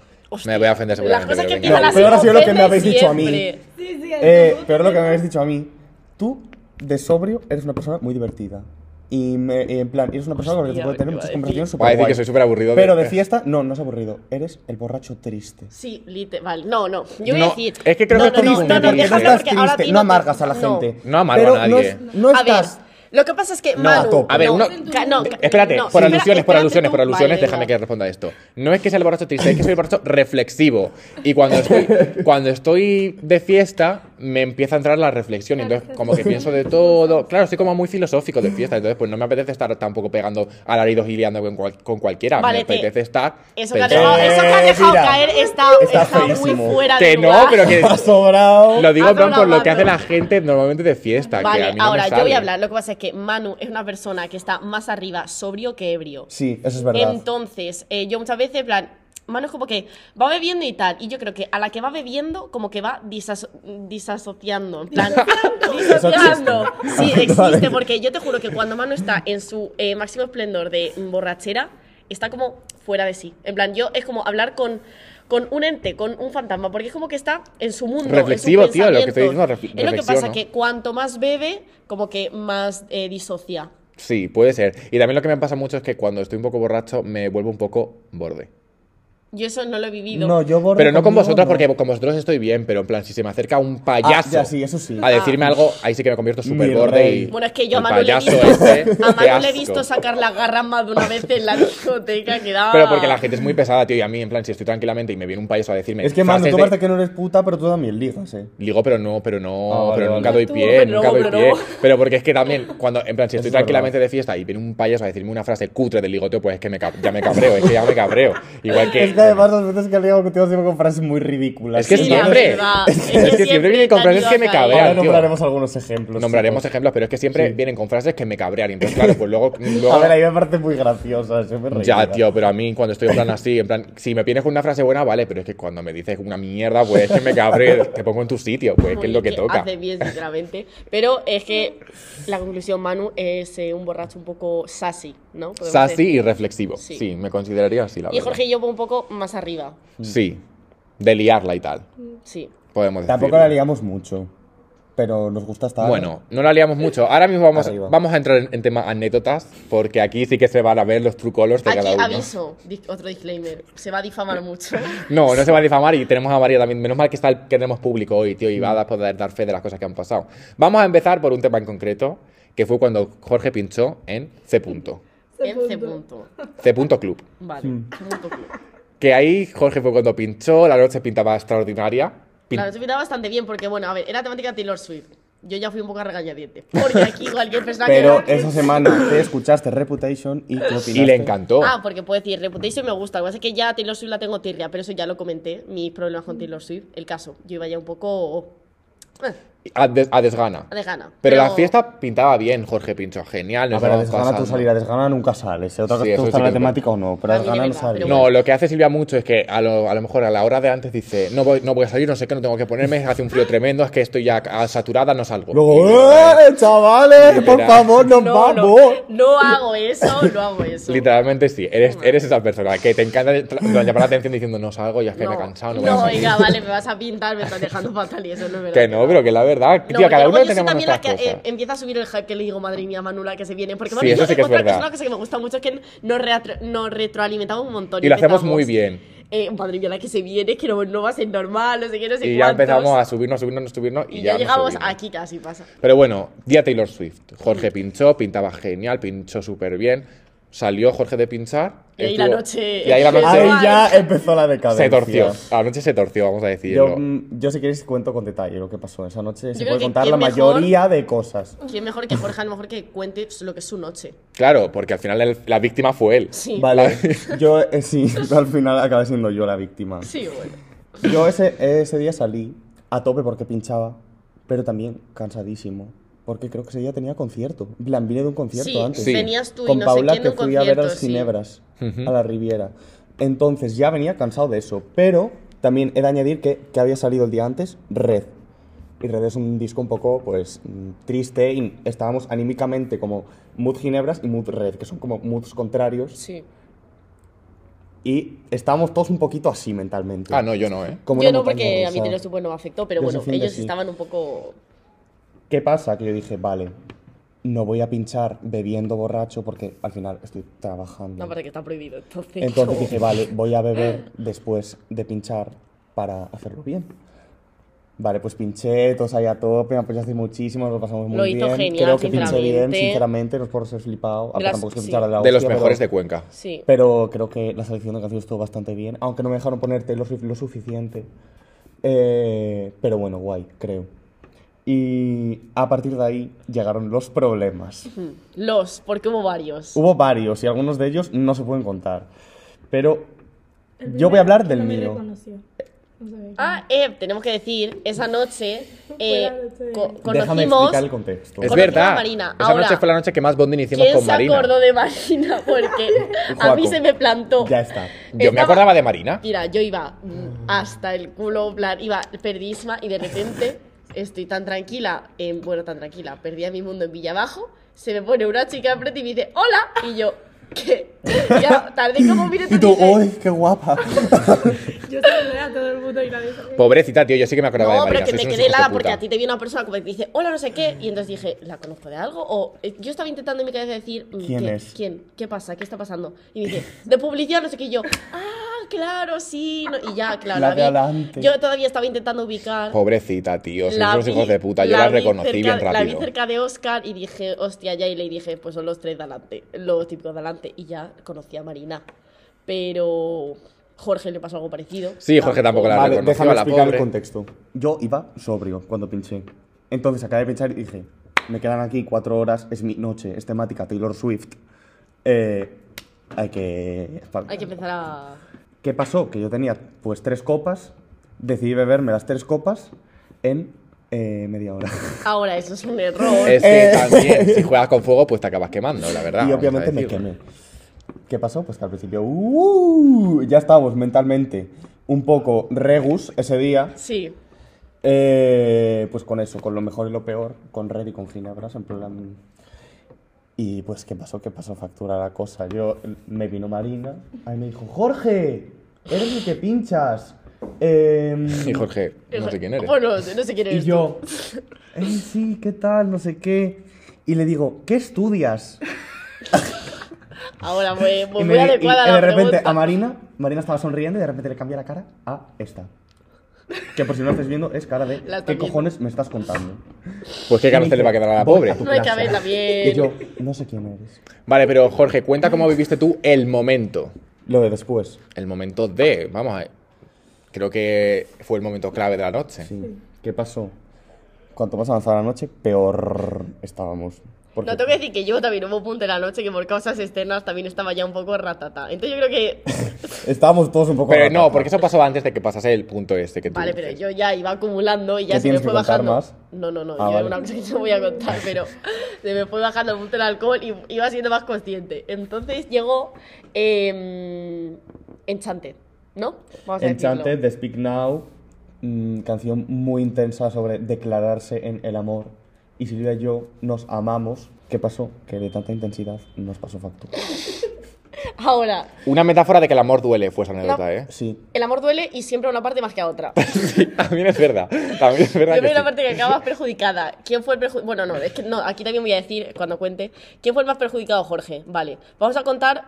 Speaker 1: Me voy a ofender
Speaker 2: Las
Speaker 1: seguramente,
Speaker 2: cosas que
Speaker 1: pero venga.
Speaker 2: empiezan
Speaker 3: No,
Speaker 2: así.
Speaker 3: peor ha sido lo que me
Speaker 2: ofenden
Speaker 3: habéis dicho a mí.
Speaker 2: siempre.
Speaker 4: Sí, sí,
Speaker 3: Eh,
Speaker 4: entonces-
Speaker 3: pero lo que me habéis dicho a mí, tú de sobrio eres una persona muy divertida. Y me- eh, en plan, eres una persona con la que
Speaker 2: Hostia,
Speaker 3: se puede tener
Speaker 2: ¿qué
Speaker 3: muchas
Speaker 2: iba a
Speaker 3: conversaciones
Speaker 1: Voy a
Speaker 3: súper
Speaker 1: decir que soy súper aburrido.
Speaker 3: Pero de fiesta, no, no es aburrido. Eres el borracho triste.
Speaker 2: Sí, literal. Vale, no, no. Yo voy
Speaker 1: No,
Speaker 2: a decir.
Speaker 1: es que creo
Speaker 2: no,
Speaker 1: que
Speaker 2: no, no,
Speaker 1: triste,
Speaker 2: no, no,
Speaker 1: porque
Speaker 3: no
Speaker 2: déjame,
Speaker 3: estás
Speaker 2: porque ahora a ti
Speaker 3: triste,
Speaker 2: no
Speaker 3: no
Speaker 2: te-
Speaker 3: amargas a la
Speaker 2: no.
Speaker 3: gente.
Speaker 1: No amargo a
Speaker 3: Pero no
Speaker 1: nadie.
Speaker 3: es- No
Speaker 2: a ver,
Speaker 3: estás.
Speaker 2: lo que pasa es que
Speaker 3: No, a
Speaker 2: Manu,
Speaker 3: tope.
Speaker 1: A ver,
Speaker 2: no,
Speaker 1: uno-
Speaker 2: ca- no, ca-
Speaker 1: Espérate,
Speaker 2: no,
Speaker 1: por
Speaker 2: espera-
Speaker 1: alusiones, por
Speaker 2: espérate
Speaker 1: alusiones,
Speaker 2: tú.
Speaker 1: por alusiones,
Speaker 2: Vale,
Speaker 1: déjame que
Speaker 2: venga.
Speaker 1: responda esto. No es que sea el borracho triste, es que soy el borracho reflexivo. Y cuando estoy, cuando estoy de fiesta, me empieza a entrar la reflexión. y Entonces, como que pienso de todo. Claro, soy como muy filosófico de fiesta, entonces pues no me apetece estar tampoco pegando alaridos y liando con, cual- con cualquiera.
Speaker 2: Vale,
Speaker 1: me
Speaker 2: te-
Speaker 1: apetece estar.
Speaker 2: Eso que ha
Speaker 1: pensando-
Speaker 2: dejado, eso que ha
Speaker 3: Eh,
Speaker 2: dejado
Speaker 3: mira,
Speaker 2: caer está,
Speaker 3: está
Speaker 2: está muy
Speaker 3: feísimo.
Speaker 2: fuera de
Speaker 1: Que no,
Speaker 2: lugar.
Speaker 1: pero que.
Speaker 3: Ha sobrado.
Speaker 1: Lo digo
Speaker 2: Ha
Speaker 1: en plan por
Speaker 2: sobrado,
Speaker 1: lo que hace la
Speaker 2: Manu.
Speaker 1: gente normalmente de fiesta. que
Speaker 2: Vale,
Speaker 1: a mí no me
Speaker 2: ahora yo voy
Speaker 1: sale.
Speaker 2: a hablar. Lo que pasa es que Manu es una persona que está más arriba sobrio que ebrio.
Speaker 3: Sí, eso es verdad.
Speaker 2: Entonces, eh, yo muchas veces, en plan, Manu es como que va bebiendo y tal. Y yo creo que a la que va bebiendo, como que va disaso- disasociando. En plan, disociando.
Speaker 3: existe.
Speaker 2: Sí, existe,
Speaker 3: Vale.
Speaker 2: porque yo te juro que cuando Manu está en su eh, máximo esplendor de borrachera, está como fuera de sí. En plan, yo es como hablar con. Con un ente, con un fantasma, porque es como que está en su mundo. en sus
Speaker 1: Reflexivo, tío, lo que estoy diciendo, refle-
Speaker 2: pensamientos. Es lo que
Speaker 1: reflexión,
Speaker 2: pasa,
Speaker 1: ¿no?
Speaker 2: que cuanto más bebe, como que más eh, disocia.
Speaker 1: Sí, puede ser. Y también lo que me pasa mucho es que cuando estoy un poco borracho me vuelvo un poco borde.
Speaker 2: Yo eso no lo he vivido.
Speaker 3: No, yo borro
Speaker 1: Pero no con
Speaker 3: conmigo,
Speaker 1: vosotros,
Speaker 3: no.
Speaker 1: porque con vosotros estoy bien, pero en plan, si se me acerca un payaso
Speaker 3: Ah, ya, sí, eso sí. Ah.
Speaker 1: a decirme algo, ahí sí que me convierto súper
Speaker 3: Mi
Speaker 1: borde
Speaker 3: rey.
Speaker 1: y.
Speaker 2: Bueno, es que yo a
Speaker 1: el
Speaker 2: Manu le he
Speaker 1: payaso
Speaker 2: visto,
Speaker 1: ese,
Speaker 2: a
Speaker 1: qué
Speaker 2: Manu le he
Speaker 1: asco.
Speaker 2: visto sacar las garras más de una vez en la discoteca que daba.
Speaker 1: Pero porque la gente es muy pesada, tío, y a mí, en plan, si estoy tranquilamente y me viene un payaso a decirme.
Speaker 3: Es que, mano,
Speaker 1: frases
Speaker 3: tú
Speaker 1: de-
Speaker 3: parece que no eres puta, pero tú también ligas, eh.
Speaker 1: Digo, pero no, pero no,
Speaker 3: Ah, vale,
Speaker 1: pero
Speaker 3: vale.
Speaker 1: nunca doy
Speaker 2: Tú,
Speaker 1: pie,
Speaker 2: pero
Speaker 1: nunca
Speaker 2: no,
Speaker 1: doy
Speaker 2: pero
Speaker 1: pie.
Speaker 2: no.
Speaker 1: Pero porque es que también, cuando, en plan, si estoy
Speaker 3: es
Speaker 1: tranquilamente de fiesta y viene un payaso a decirme una frase cutre del ligoteo, pues es que me cab- ya me cabreo, es que ya me cabreo. Igual que.
Speaker 3: Es que además las veces que ligo contigo siempre con frases muy ridículas.
Speaker 1: Es que
Speaker 2: Sí,
Speaker 1: es
Speaker 2: la
Speaker 1: nombre.
Speaker 2: verdad.
Speaker 1: Es
Speaker 2: Es
Speaker 1: que,
Speaker 2: que
Speaker 1: siempre
Speaker 2: siempre
Speaker 1: vienen
Speaker 2: te
Speaker 1: con frases
Speaker 2: ayuda
Speaker 1: que me
Speaker 2: a caer.
Speaker 1: cabrean.
Speaker 3: Ahora
Speaker 1: tío.
Speaker 3: nombraremos algunos ejemplos.
Speaker 1: Nombraremos
Speaker 3: chicos.
Speaker 1: ejemplos, pero es que siempre
Speaker 3: Sí.
Speaker 1: vienen con frases que me cabrean. y Entonces, claro, pues luego. luego-
Speaker 3: A ver, ahí me parece muy graciosa. Yo me reí,
Speaker 1: ya,
Speaker 3: mira.
Speaker 1: tío, pero a mí cuando estoy en plan así, en plan, si me vienes con una frase buena, vale, pero es que cuando me dices una mierda, pues es que me cabreo, te pongo en tu sitio, pues es que es lo que toca.
Speaker 2: Hace bien, sinceramente. Pero es que la conclusión, Manu, es eh, un borracho un poco sassy, ¿no? Podemos
Speaker 1: Sassy
Speaker 2: decir.
Speaker 1: y reflexivo.
Speaker 2: Sí.
Speaker 1: Sí, me consideraría así, la
Speaker 2: Y
Speaker 1: verdad.
Speaker 2: Jorge y yo un poco más arriba.
Speaker 1: Sí, de liarla y tal,
Speaker 2: Sí.
Speaker 1: podemos decir.
Speaker 3: Tampoco la liamos mucho. Pero nos gusta estar.
Speaker 1: Bueno, no la liamos mucho. Ahora mismo vamos,
Speaker 3: Arriba.
Speaker 1: vamos a entrar en, en tema anécdotas, porque aquí sí que se van a ver los true colors de
Speaker 2: Aquí
Speaker 1: cada uno.
Speaker 2: aviso, di- otro disclaimer, se va a difamar mucho.
Speaker 1: No, no se va a difamar y tenemos a María también. Menos mal que, está el- que tenemos público hoy, tío, y va a poder dar fe de las cosas que han pasado. Vamos a empezar por un tema en concreto, que fue cuando Jorge pinchó en C. Punto,
Speaker 4: Se
Speaker 2: En C
Speaker 4: punto.
Speaker 2: punto.
Speaker 1: C. Punto Club.
Speaker 2: Vale. punto club.
Speaker 1: Que ahí Jorge fue cuando pinchó, la noche pintaba extraordinaria. Pin-
Speaker 2: Claro, se pintaba bastante bien porque, bueno, a ver, era temática Taylor Swift. Yo ya fui un poco a regañadiente. Porque aquí cualquier persona
Speaker 3: Pero
Speaker 2: que...
Speaker 3: esa semana te escuchaste Reputation y qué opinaste.
Speaker 1: y le encantó.
Speaker 2: Ah, porque puedo decir, Reputation me gusta. Lo que pasa es que ya Taylor Swift la tengo tirria, pero eso ya lo comenté, mis problemas con Taylor Swift. El caso, yo iba ya un poco eh,
Speaker 1: A, des- a desgana.
Speaker 2: a de gana.
Speaker 1: Pero la fiesta pintaba bien, Jorge pinchó genial.
Speaker 3: A
Speaker 1: nos
Speaker 3: ver, Ah, a
Speaker 1: estábamos
Speaker 3: desgana tú
Speaker 1: pasando.
Speaker 3: salir, a desgana nunca sales. ¿eh? Otra
Speaker 1: Sí,
Speaker 3: cosa que
Speaker 1: eso sí
Speaker 3: te gusta
Speaker 1: que
Speaker 3: la
Speaker 1: es
Speaker 3: temática o no, pero a
Speaker 2: A mí me
Speaker 3: desgana no
Speaker 2: da,
Speaker 3: sales.
Speaker 2: pero
Speaker 1: No, lo que hace Silvia mucho es que a lo, a lo mejor a la hora de antes dice, no voy, no voy a salir, no sé qué, no tengo que ponerme, hace un frío tremendo, es que estoy ya a- saturada, no salgo. Y
Speaker 3: Luego,
Speaker 1: luego,
Speaker 3: ¡eh, chavales! ¡Por
Speaker 1: Literal.
Speaker 3: favor, nos
Speaker 2: No,
Speaker 3: vamos!
Speaker 2: no, no hago eso, no hago eso.
Speaker 1: Literalmente sí, eres, eres esa persona que te encanta tra- llamar la atención diciendo no salgo y es que me he cansado, no voy a
Speaker 2: no,
Speaker 1: salir.
Speaker 2: oiga, vale, me vas a pintar, me estás dejando fatal y eso no es verdad.
Speaker 1: Que no, pero que la verdad,
Speaker 2: No,
Speaker 1: tío, cada
Speaker 2: porque
Speaker 1: uno
Speaker 2: luego yo soy
Speaker 1: tenemos
Speaker 2: también la
Speaker 1: nuestras
Speaker 2: que eh,
Speaker 1: cosas.
Speaker 2: empieza a subir el hype que le digo, madre mía, Manula, que se viene. Porque
Speaker 1: Sí,
Speaker 2: Manula,
Speaker 1: eso sí que es
Speaker 2: otra
Speaker 1: verdad.
Speaker 2: cosa, una cosa que me gusta mucho es que nos, reatro- nos retroalimentamos un montón.
Speaker 1: Y lo hacemos muy
Speaker 2: empezamos,
Speaker 1: bien.
Speaker 2: eh, madre mía, la que se viene, es que no, no va a ser normal, no sé qué, no sé
Speaker 1: Y ya
Speaker 2: cuántos.
Speaker 1: empezamos a subirnos, subirnos, subirnos y,
Speaker 2: Y ya,
Speaker 1: nos
Speaker 2: llegamos
Speaker 1: subimos.
Speaker 2: aquí casi pasa.
Speaker 1: Pero bueno, día Taylor Swift. Jorge pinchó, pintaba genial, pinchó súper bien. Salió Jorge de pinchar.
Speaker 2: Y ahí la noche-
Speaker 1: Y ahí la
Speaker 2: Pero
Speaker 3: Ahí
Speaker 1: noche
Speaker 2: igual.
Speaker 3: ya empezó la decadencia.
Speaker 1: se torció. La noche se torció, vamos a decirlo.
Speaker 3: Yo, mm, yo, si queréis, cuento con detalle lo que pasó esa noche. Se
Speaker 2: creo
Speaker 3: puede
Speaker 2: que
Speaker 3: contar
Speaker 2: qué
Speaker 3: la
Speaker 2: mejor-
Speaker 3: mayoría de cosas.
Speaker 2: ¿Quién mejor que Jorge? A lo mejor que cuente lo que es su noche.
Speaker 1: Claro, porque al final el- la víctima fue él.
Speaker 2: Sí.
Speaker 3: Vale, yo eh, sí, al final acabé siendo yo la víctima.
Speaker 2: Sí, bueno.
Speaker 3: Yo ese, ese día salí a tope porque pinchaba, pero también cansadísimo. Porque creo que ese día tenía concierto. En plan, vine de un concierto
Speaker 2: Sí,
Speaker 3: antes.
Speaker 1: Sí.
Speaker 2: tenías tú y
Speaker 3: Con
Speaker 2: no
Speaker 3: Paula
Speaker 2: sé quién
Speaker 3: que
Speaker 2: en un
Speaker 3: fui a ver a
Speaker 2: concierto,
Speaker 3: los
Speaker 2: sí.
Speaker 3: Ginebras, a la Riviera. Entonces ya venía cansado de eso. Pero también he de añadir que, que había salido el día antes Red. Y Red es un disco un poco, pues, mm, triste y estábamos anímicamente como Mood Ginebras y Mood Red, que son como moods contrarios.
Speaker 2: Sí.
Speaker 3: Y estábamos todos un poquito así mentalmente.
Speaker 1: Ah, no, yo no, ¿eh?
Speaker 3: Como
Speaker 2: Yo
Speaker 3: una
Speaker 2: no,
Speaker 3: montaña
Speaker 2: porque a mí
Speaker 3: rusa.
Speaker 2: Taylor Swift pues, no me afectó, pero
Speaker 3: Yo
Speaker 2: bueno,
Speaker 3: soy fan de
Speaker 2: ellos
Speaker 3: sí.
Speaker 2: estaban un poco.
Speaker 3: ¿Qué pasa? Que yo dije, vale, no voy a pinchar bebiendo borracho porque al final estoy trabajando.
Speaker 2: No, para que está prohibido. Entonces,
Speaker 3: Entonces
Speaker 2: como-
Speaker 3: dije, vale, voy a beber después de pinchar para hacerlo bien. Vale, pues pinché, todos ahí a tope, me apoyaste muchísimo, nos lo pasamos muy
Speaker 2: Lo
Speaker 3: bien.
Speaker 2: hizo genial,
Speaker 3: Creo que pinché bien,
Speaker 2: sinceramente.
Speaker 3: sinceramente, no es por ser flipado, aunque
Speaker 2: las-
Speaker 3: tampoco es que
Speaker 2: sí.
Speaker 3: pinchara la
Speaker 1: De los
Speaker 3: hostia,
Speaker 1: mejores de
Speaker 3: pero,
Speaker 1: Cuenca.
Speaker 2: Sí.
Speaker 3: pero creo que la selección de canciones estuvo bastante bien, aunque no me dejaron poner Taylor Swift lo suficiente. Eh, pero bueno, guay, creo. Y a partir de ahí llegaron los problemas.
Speaker 2: Mm. Los, porque hubo varios.
Speaker 3: Hubo varios y algunos de ellos no se pueden contar. Pero yo voy a hablar del mío.
Speaker 2: Ah, eh, tenemos que decir, esa noche eh, co-
Speaker 3: Déjame
Speaker 2: conocimos.
Speaker 3: explicar el contexto.
Speaker 1: Es
Speaker 2: Conocimos
Speaker 1: verdad.
Speaker 2: a Marina.
Speaker 1: Esa
Speaker 2: Ahora,
Speaker 1: noche fue la noche que más bonding hicimos
Speaker 2: ¿Quién
Speaker 1: con
Speaker 2: se
Speaker 1: Marina.
Speaker 2: acordó de Marina? Porque a mí
Speaker 3: Joaco.
Speaker 2: se me plantó.
Speaker 3: Ya está.
Speaker 1: Yo me
Speaker 2: Estaba-
Speaker 1: acordaba de Marina.
Speaker 2: Mira, yo iba mm, hasta el culo, en plan, iba perdísima y de repente estoy tan tranquila, en, bueno, tan tranquila, perdía mi mundo en Villabajo, se me pone una chica enfrente y me dice, hola, y yo, ¿qué? Ya tardé como un minuto
Speaker 3: Y
Speaker 2: en
Speaker 3: tú,
Speaker 2: decirle,
Speaker 3: ¡ay, qué guapa!
Speaker 4: Yo saludé a todo el mundo y nadie sabía.
Speaker 1: Pobrecita, tío, yo sí que me acordaba de
Speaker 2: No,
Speaker 1: Marina.
Speaker 2: pero que
Speaker 1: sois
Speaker 2: me
Speaker 1: unos
Speaker 2: quedé
Speaker 1: hijos de
Speaker 2: helada porque
Speaker 1: puta.
Speaker 2: a ti te viene una persona como que te dice, hola, no sé qué, y entonces dije, ¿la conozco de algo? O eh, yo estaba intentando en mi cabeza decir, mm,
Speaker 3: ¿Quién
Speaker 2: ¿qué,
Speaker 3: es?
Speaker 2: ¿Quién? ¿Qué pasa? ¿Qué está pasando? Y me dice, de publicidad, no sé qué, y yo, ah, claro, sí, no", y ya, claro,
Speaker 3: La
Speaker 2: la
Speaker 3: de
Speaker 2: vi.
Speaker 3: adelante.
Speaker 2: Yo todavía estaba intentando ubicar.
Speaker 1: Pobrecita, tío, sois unos
Speaker 2: vi-
Speaker 1: hijos de puta. Yo la
Speaker 2: vi
Speaker 1: reconocí
Speaker 2: cerca-
Speaker 1: bien
Speaker 2: La vi
Speaker 1: rápido.
Speaker 2: cerca de Oscar y dije, hostia, ya, y le dije, pues son los tres de adelante, los típicos de adelante, y ya conocí a Marina. Pero Jorge le pasó algo parecido.
Speaker 1: Sí, Jorge tampoco la
Speaker 3: Vale,
Speaker 1: reconoció,
Speaker 3: déjame
Speaker 1: a la
Speaker 3: explicar el
Speaker 1: pobre.
Speaker 3: contexto. Yo iba sobrio cuando pinché. Entonces acabé de pinchar y dije, me quedan aquí cuatro horas, es mi noche, es temática Taylor Swift. Eh, hay que...
Speaker 2: Hay que empezar a...
Speaker 3: ¿Qué pasó? Que yo tenía pues tres copas, decidí beberme las tres copas en eh, media hora.
Speaker 2: Ahora, eso es un error.
Speaker 1: Es que también, si juegas con fuego, pues te acabas quemando, la verdad.
Speaker 3: Eh, Y
Speaker 1: vamos a
Speaker 3: obviamente me
Speaker 1: decirlo.
Speaker 3: quemé. ¿Qué pasó? Pues que al principio ¡uh! ya estábamos mentalmente un poco regus ese día.
Speaker 2: Sí.
Speaker 3: Eh, pues con eso, con lo mejor y lo peor, con Red y con Ginebras, en plan... Y pues, ¿qué pasó? ¿Qué pasó? Factura la cosa. Yo, me vino Marina, ahí me dijo, Jorge, eres el que pinchas. Em,
Speaker 1: Y Jorge, no sé quién eres.
Speaker 2: Bueno, no sé quién
Speaker 3: y
Speaker 2: eres. tú.
Speaker 3: yo, "Eh, sí, ¿qué tal? No sé qué. Y le digo, ¿qué estudias?
Speaker 2: Ahora, pues, pues muy
Speaker 3: y, me- y-
Speaker 2: adecuada
Speaker 3: y
Speaker 2: la
Speaker 3: de repente
Speaker 2: pregunta.
Speaker 3: a Marina, Marina estaba sonriendo y de repente le cambia la cara a esta. Que por si no lo estáis viendo, es cara de
Speaker 2: La está
Speaker 3: ¿qué
Speaker 2: viendo.
Speaker 3: cojones me estás contando?
Speaker 1: Pues qué
Speaker 3: Y me
Speaker 1: cárcel le va a
Speaker 3: dice,
Speaker 1: quedar a la
Speaker 3: "Voy
Speaker 1: pobre.
Speaker 3: tu
Speaker 2: No hay que
Speaker 3: clase".
Speaker 2: verla bien.
Speaker 3: Y yo, no sé quién eres.
Speaker 1: Vale, pero Jorge, cuenta cómo viviste tú el momento.
Speaker 3: Lo de después.
Speaker 1: El momento de, vamos a ver. Creo que fue el momento clave de la noche.
Speaker 3: Sí. ¿Qué pasó? Cuanto más avanzaba la noche, peor estábamos. Porque-
Speaker 2: No tengo que decir que yo también hubo un punto en la noche que por causas externas también estaba ya un poco ratata. Entonces yo creo que.
Speaker 3: Estábamos todos un poco.
Speaker 1: Pero no,
Speaker 3: ratas.
Speaker 1: porque eso pasó antes de que pasase el punto este que tú
Speaker 2: Vale, pero
Speaker 1: dices.
Speaker 2: yo ya iba acumulando y ya
Speaker 3: ¿Qué
Speaker 2: se me
Speaker 3: tienes que
Speaker 2: fue
Speaker 3: contar
Speaker 2: bajando.
Speaker 3: más?
Speaker 2: No, no, no.
Speaker 3: Ah,
Speaker 2: yo
Speaker 3: vale.
Speaker 2: una cosa que no voy a contar, pero se me fue bajando el punto del alcohol y iba siendo más consciente. Entonces llegó. Eh, Enchanted, ¿no? Vamos a decirlo.
Speaker 3: Enchanted de Speak Now, mm, canción muy intensa sobre declararse en el amor. Y Silvia y yo nos amamos. ¿Qué pasó? Que de tanta intensidad nos pasó factura.
Speaker 2: Ahora,
Speaker 1: Una metáfora de que el amor duele fue esa anécdota, ¿eh?
Speaker 3: Sí.
Speaker 2: el amor duele y siempre a una parte más que a otra.
Speaker 1: Sí, también es verdad. También es verdad
Speaker 2: Yo
Speaker 1: que
Speaker 2: veo la
Speaker 1: sí.
Speaker 2: parte que acabas perjudicada. ¿Quién fue el perjudicado? Bueno, no, es que no, aquí también voy a decir, cuando cuente, ¿quién fue el más perjudicado, Jorge? Vale, vamos a contar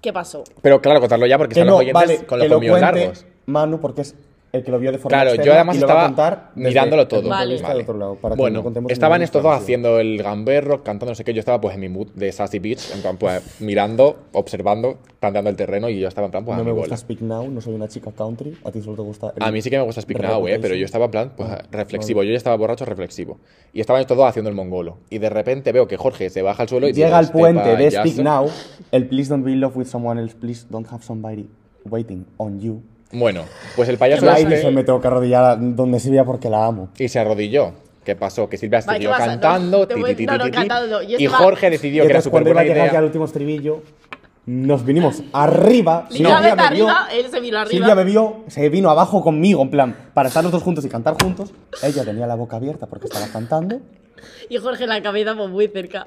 Speaker 2: qué pasó.
Speaker 1: Pero claro, contarlo ya porque
Speaker 3: Que
Speaker 1: están
Speaker 3: no,
Speaker 1: los oyentes
Speaker 3: vale,
Speaker 1: con los
Speaker 3: que lo
Speaker 1: colmillos
Speaker 3: cuente
Speaker 1: largos.
Speaker 3: Manu, porque es el que lo vio de forma
Speaker 1: Claro, yo
Speaker 3: externa
Speaker 1: además
Speaker 3: y lo va a
Speaker 1: estaba
Speaker 3: contar desde
Speaker 1: mirándolo
Speaker 3: el
Speaker 1: todo.
Speaker 3: punto de
Speaker 2: Vale.
Speaker 1: Vale.
Speaker 3: vista del otro lado, para que no
Speaker 1: Bueno,
Speaker 3: contemos
Speaker 1: estaban
Speaker 3: ninguna
Speaker 1: estos dos
Speaker 3: distancia.
Speaker 1: haciendo el gamberro, cantando no sé qué. Yo estaba pues en mi mood de Sassy Beach, en plan, pues mirando, observando, tanteando el terreno y yo estaba en plan, pues a
Speaker 3: No me
Speaker 1: mi
Speaker 3: gusta
Speaker 1: bola.
Speaker 3: Speak Now, no soy una chica country, a ti solo te gusta... el
Speaker 1: A mí sí que me gusta Speak Now, eh, pero yo
Speaker 3: Reputation.
Speaker 1: estaba en plan, pues
Speaker 3: Ah,
Speaker 1: reflexivo. Yo ya estaba borracho, reflexivo. Y estaban estos dos haciendo el mongolo. Y de repente veo que Jorge se baja al suelo y digo,
Speaker 3: Llega al
Speaker 1: "Este
Speaker 3: puente de
Speaker 1: payaso".
Speaker 3: Speak Now, el Please don't be in love with someone else, please don't have somebody waiting on you.
Speaker 1: Bueno, pues el
Speaker 3: Y
Speaker 1: payaso
Speaker 3: ahí
Speaker 1: este-
Speaker 3: dije, me tengo que arrodillar a donde Silvia porque la amo.
Speaker 1: Y se arrodilló. ¿Qué pasó? Que Silvia
Speaker 2: Vale,
Speaker 1: siguió
Speaker 2: ¿qué pasa? No,
Speaker 1: cantando,
Speaker 2: te
Speaker 1: ti,
Speaker 2: voy-
Speaker 1: ti, ti,
Speaker 2: no, no,
Speaker 1: ti, ti,
Speaker 2: cantando, no. Yo
Speaker 1: y
Speaker 2: estaba-
Speaker 1: Jorge decidió que era
Speaker 3: entonces
Speaker 1: súper
Speaker 3: cuando iba
Speaker 1: buena
Speaker 3: a llegar ya
Speaker 1: idea.
Speaker 3: al último estribillo, Nos vinimos arriba.
Speaker 2: Lina vete
Speaker 3: me vio-
Speaker 2: arriba, él se vino arriba.
Speaker 3: Silvia me vio, se vino abajo conmigo, en plan, para estar los dos juntos y cantar juntos. Ella tenía la boca abierta porque estaba cantando.
Speaker 2: Y Jorge la cabeza pues, muy cerca.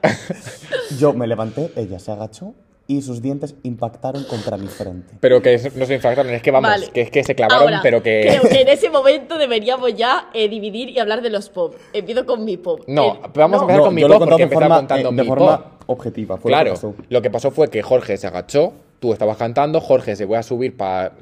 Speaker 3: Yo me levanté, ella se agachó y sus dientes impactaron contra mi frente.
Speaker 1: Pero que es- no se infractaron, es que vamos,
Speaker 2: Vale.
Speaker 1: que es que se clavaron,
Speaker 2: Ahora,
Speaker 1: pero que.
Speaker 2: Creo que en ese momento deberíamos ya eh, dividir y hablar de los pop. Empiezo con mi pop.
Speaker 1: No,
Speaker 2: Eh,
Speaker 1: vamos a empezar con mi
Speaker 3: yo lo he
Speaker 1: pop,
Speaker 3: contado
Speaker 1: porque
Speaker 3: de
Speaker 1: empezaba
Speaker 3: forma,
Speaker 1: contando
Speaker 3: eh, de
Speaker 1: mi
Speaker 3: forma
Speaker 1: pop.
Speaker 3: objetiva. fue lo que
Speaker 1: Claro,
Speaker 3: pasó.
Speaker 1: lo que pasó fue que Jorge se agachó, tú estabas cantando, Jorge se fue a subir para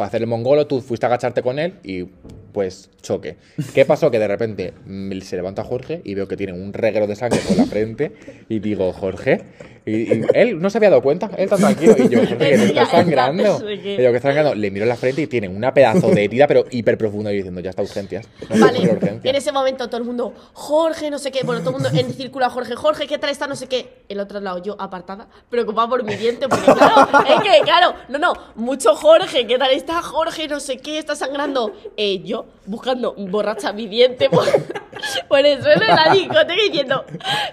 Speaker 1: hacer el mongolo, tú fuiste a agacharte con él y pues choque. ¿Qué pasó? Que de repente mm, se levanta Jorge y veo que tiene un reguero de sangre por la frente y digo, Jorge, y, y él no se había dado cuenta, él está tranquilo y yo, Jorge, que no estás sangrando. Y yo, que está sangrando, le miro en la frente y tiene una pedazo de herida, pero hiper profunda, y yo diciendo, ya está urgencias. No sé por qué
Speaker 2: Vale,
Speaker 1: urgencias.
Speaker 2: en ese momento todo el mundo, Jorge, no sé qué, bueno, todo el mundo en círculo a Jorge, Jorge, ¿qué tal está? No sé qué. El otro lado, yo apartada, preocupada por mi diente, porque claro, es que, claro, no, no, mucho Jorge, ¿qué tal está? Jorge, no sé qué, está sangrando. Eh, yo buscando borracha mi diente por, por el suelo de la discoteca diciendo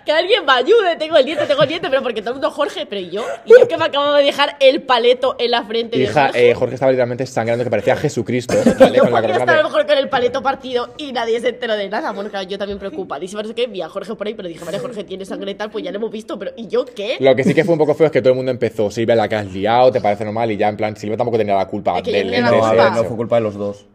Speaker 2: que alguien me ayude, tengo el diente, tengo el diente, pero porque todo el mundo Jorge, pero ¿y yo, y yo que me acababa de dejar el paleto en la frente de
Speaker 1: Hija,
Speaker 2: Jorge.
Speaker 1: eh, Jorge estaba literalmente sangrando que parecía Jesucristo,
Speaker 2: Que
Speaker 1: ¿vale?
Speaker 2: yo
Speaker 1: Con la
Speaker 2: podría
Speaker 1: corona
Speaker 2: estar a
Speaker 1: de-
Speaker 2: lo mejor con el paleto partido y nadie se enteró de nada. Bueno, claro, yo también preocupadísima, no sé qué, vi a Jorge por ahí, pero dije, vale, Jorge tiene sangre y tal, pues ya lo hemos visto, pero ¿y yo qué?
Speaker 1: Lo que sí que fue un poco feo es que todo el mundo empezó, Silvia, la que has liado, te parece normal, y ya en plan, Silvia tampoco tenía la culpa
Speaker 2: Es que yo
Speaker 1: del
Speaker 2: tenía la
Speaker 1: del
Speaker 3: No, a
Speaker 2: culpa.
Speaker 3: ver,
Speaker 1: hecho.
Speaker 3: no fue culpa de los dos.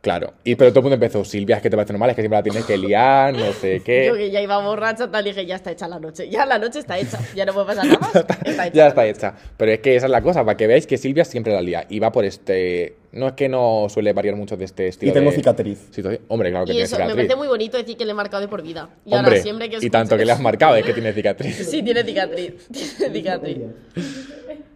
Speaker 1: Claro. Y pero todo el mundo empezó, Silvia, es que te parece normal, es que siempre la tienes que liar, no sé
Speaker 2: Yo
Speaker 1: qué.
Speaker 2: que ya iba borracha, tal, dije, ya está hecha la noche, ya la noche está hecha, ya no puede pasar nada más. Está hecha.
Speaker 1: Ya está hecha. Pero es que esa es la cosa, para que veáis que Silvia siempre la lía. Y va por este. No es que no suele variar mucho de este estilo.
Speaker 3: Y tengo
Speaker 1: de-
Speaker 3: cicatriz.
Speaker 1: situación. Hombre, claro que
Speaker 2: Y
Speaker 1: tiene
Speaker 2: eso, me
Speaker 1: cicatriz.
Speaker 2: parece muy bonito decir que le he marcado de por vida. Y
Speaker 1: Hombre,
Speaker 2: ahora siempre que
Speaker 1: y
Speaker 2: escuches-
Speaker 1: tanto que le has marcado, es que tiene cicatriz.
Speaker 2: Sí, tiene cicatriz, tiene cicatriz.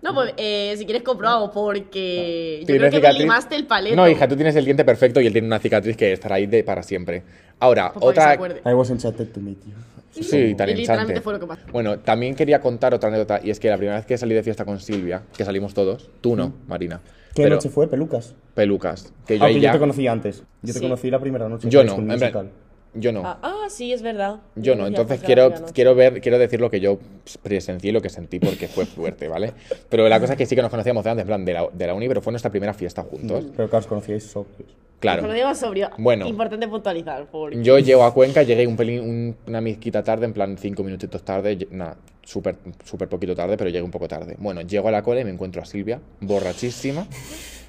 Speaker 2: No, pues eh, si quieres comprobamos, porque yo creo que me limaste el paleto.
Speaker 1: No, hija, tú tienes el diente perfecto y él tiene una cicatriz que estará ahí de para siempre. Ahora,
Speaker 2: Pues para que se
Speaker 1: otra,
Speaker 2: acuerde.
Speaker 3: I was enchanted to meet you.
Speaker 1: Sí, tan
Speaker 2: Y literalmente
Speaker 1: hinchante.
Speaker 2: fue lo que pasó.
Speaker 1: Bueno, también quería contar otra anécdota, y es que la primera vez que salí de fiesta con Silvia, que salimos todos, tú no, Marina,
Speaker 3: ¿Qué
Speaker 1: pero
Speaker 3: noche fue, Pelucas?
Speaker 1: pelucas, que yo
Speaker 3: Ah,
Speaker 1: ahí
Speaker 3: que
Speaker 1: ya...
Speaker 3: te conocí antes. Yo
Speaker 2: Sí.
Speaker 3: te conocí la primera noche.
Speaker 1: yo
Speaker 3: en
Speaker 1: no,
Speaker 3: High School
Speaker 1: en
Speaker 3: Musical.
Speaker 1: plan, yo no,
Speaker 5: Ah, ah, sí, es verdad.
Speaker 1: yo no,
Speaker 5: Ya
Speaker 1: entonces
Speaker 5: pasaba
Speaker 1: quiero,
Speaker 5: la noche.
Speaker 1: quiero, ver, quiero decir lo que yo presencié y lo que sentí porque fue fuerte, ¿vale? Pero la cosa es que sí que nos conocíamos de antes, en plan, de la, de la uni, pero fue nuestra primera fiesta juntos,
Speaker 3: Pero claro, os conocíais sobrios.
Speaker 1: claro.
Speaker 2: Pero digo sobrio.
Speaker 1: Bueno.
Speaker 2: Importante puntualizar. Porque...
Speaker 1: Yo llego a Cuenca, llegué un pelín, un- una mizquita tarde, en plan cinco minutitos tarde, lle- nada, súper súper poquito tarde, pero llegué un poco tarde. Bueno, llego a la cola y me encuentro a Silvia, borrachísima,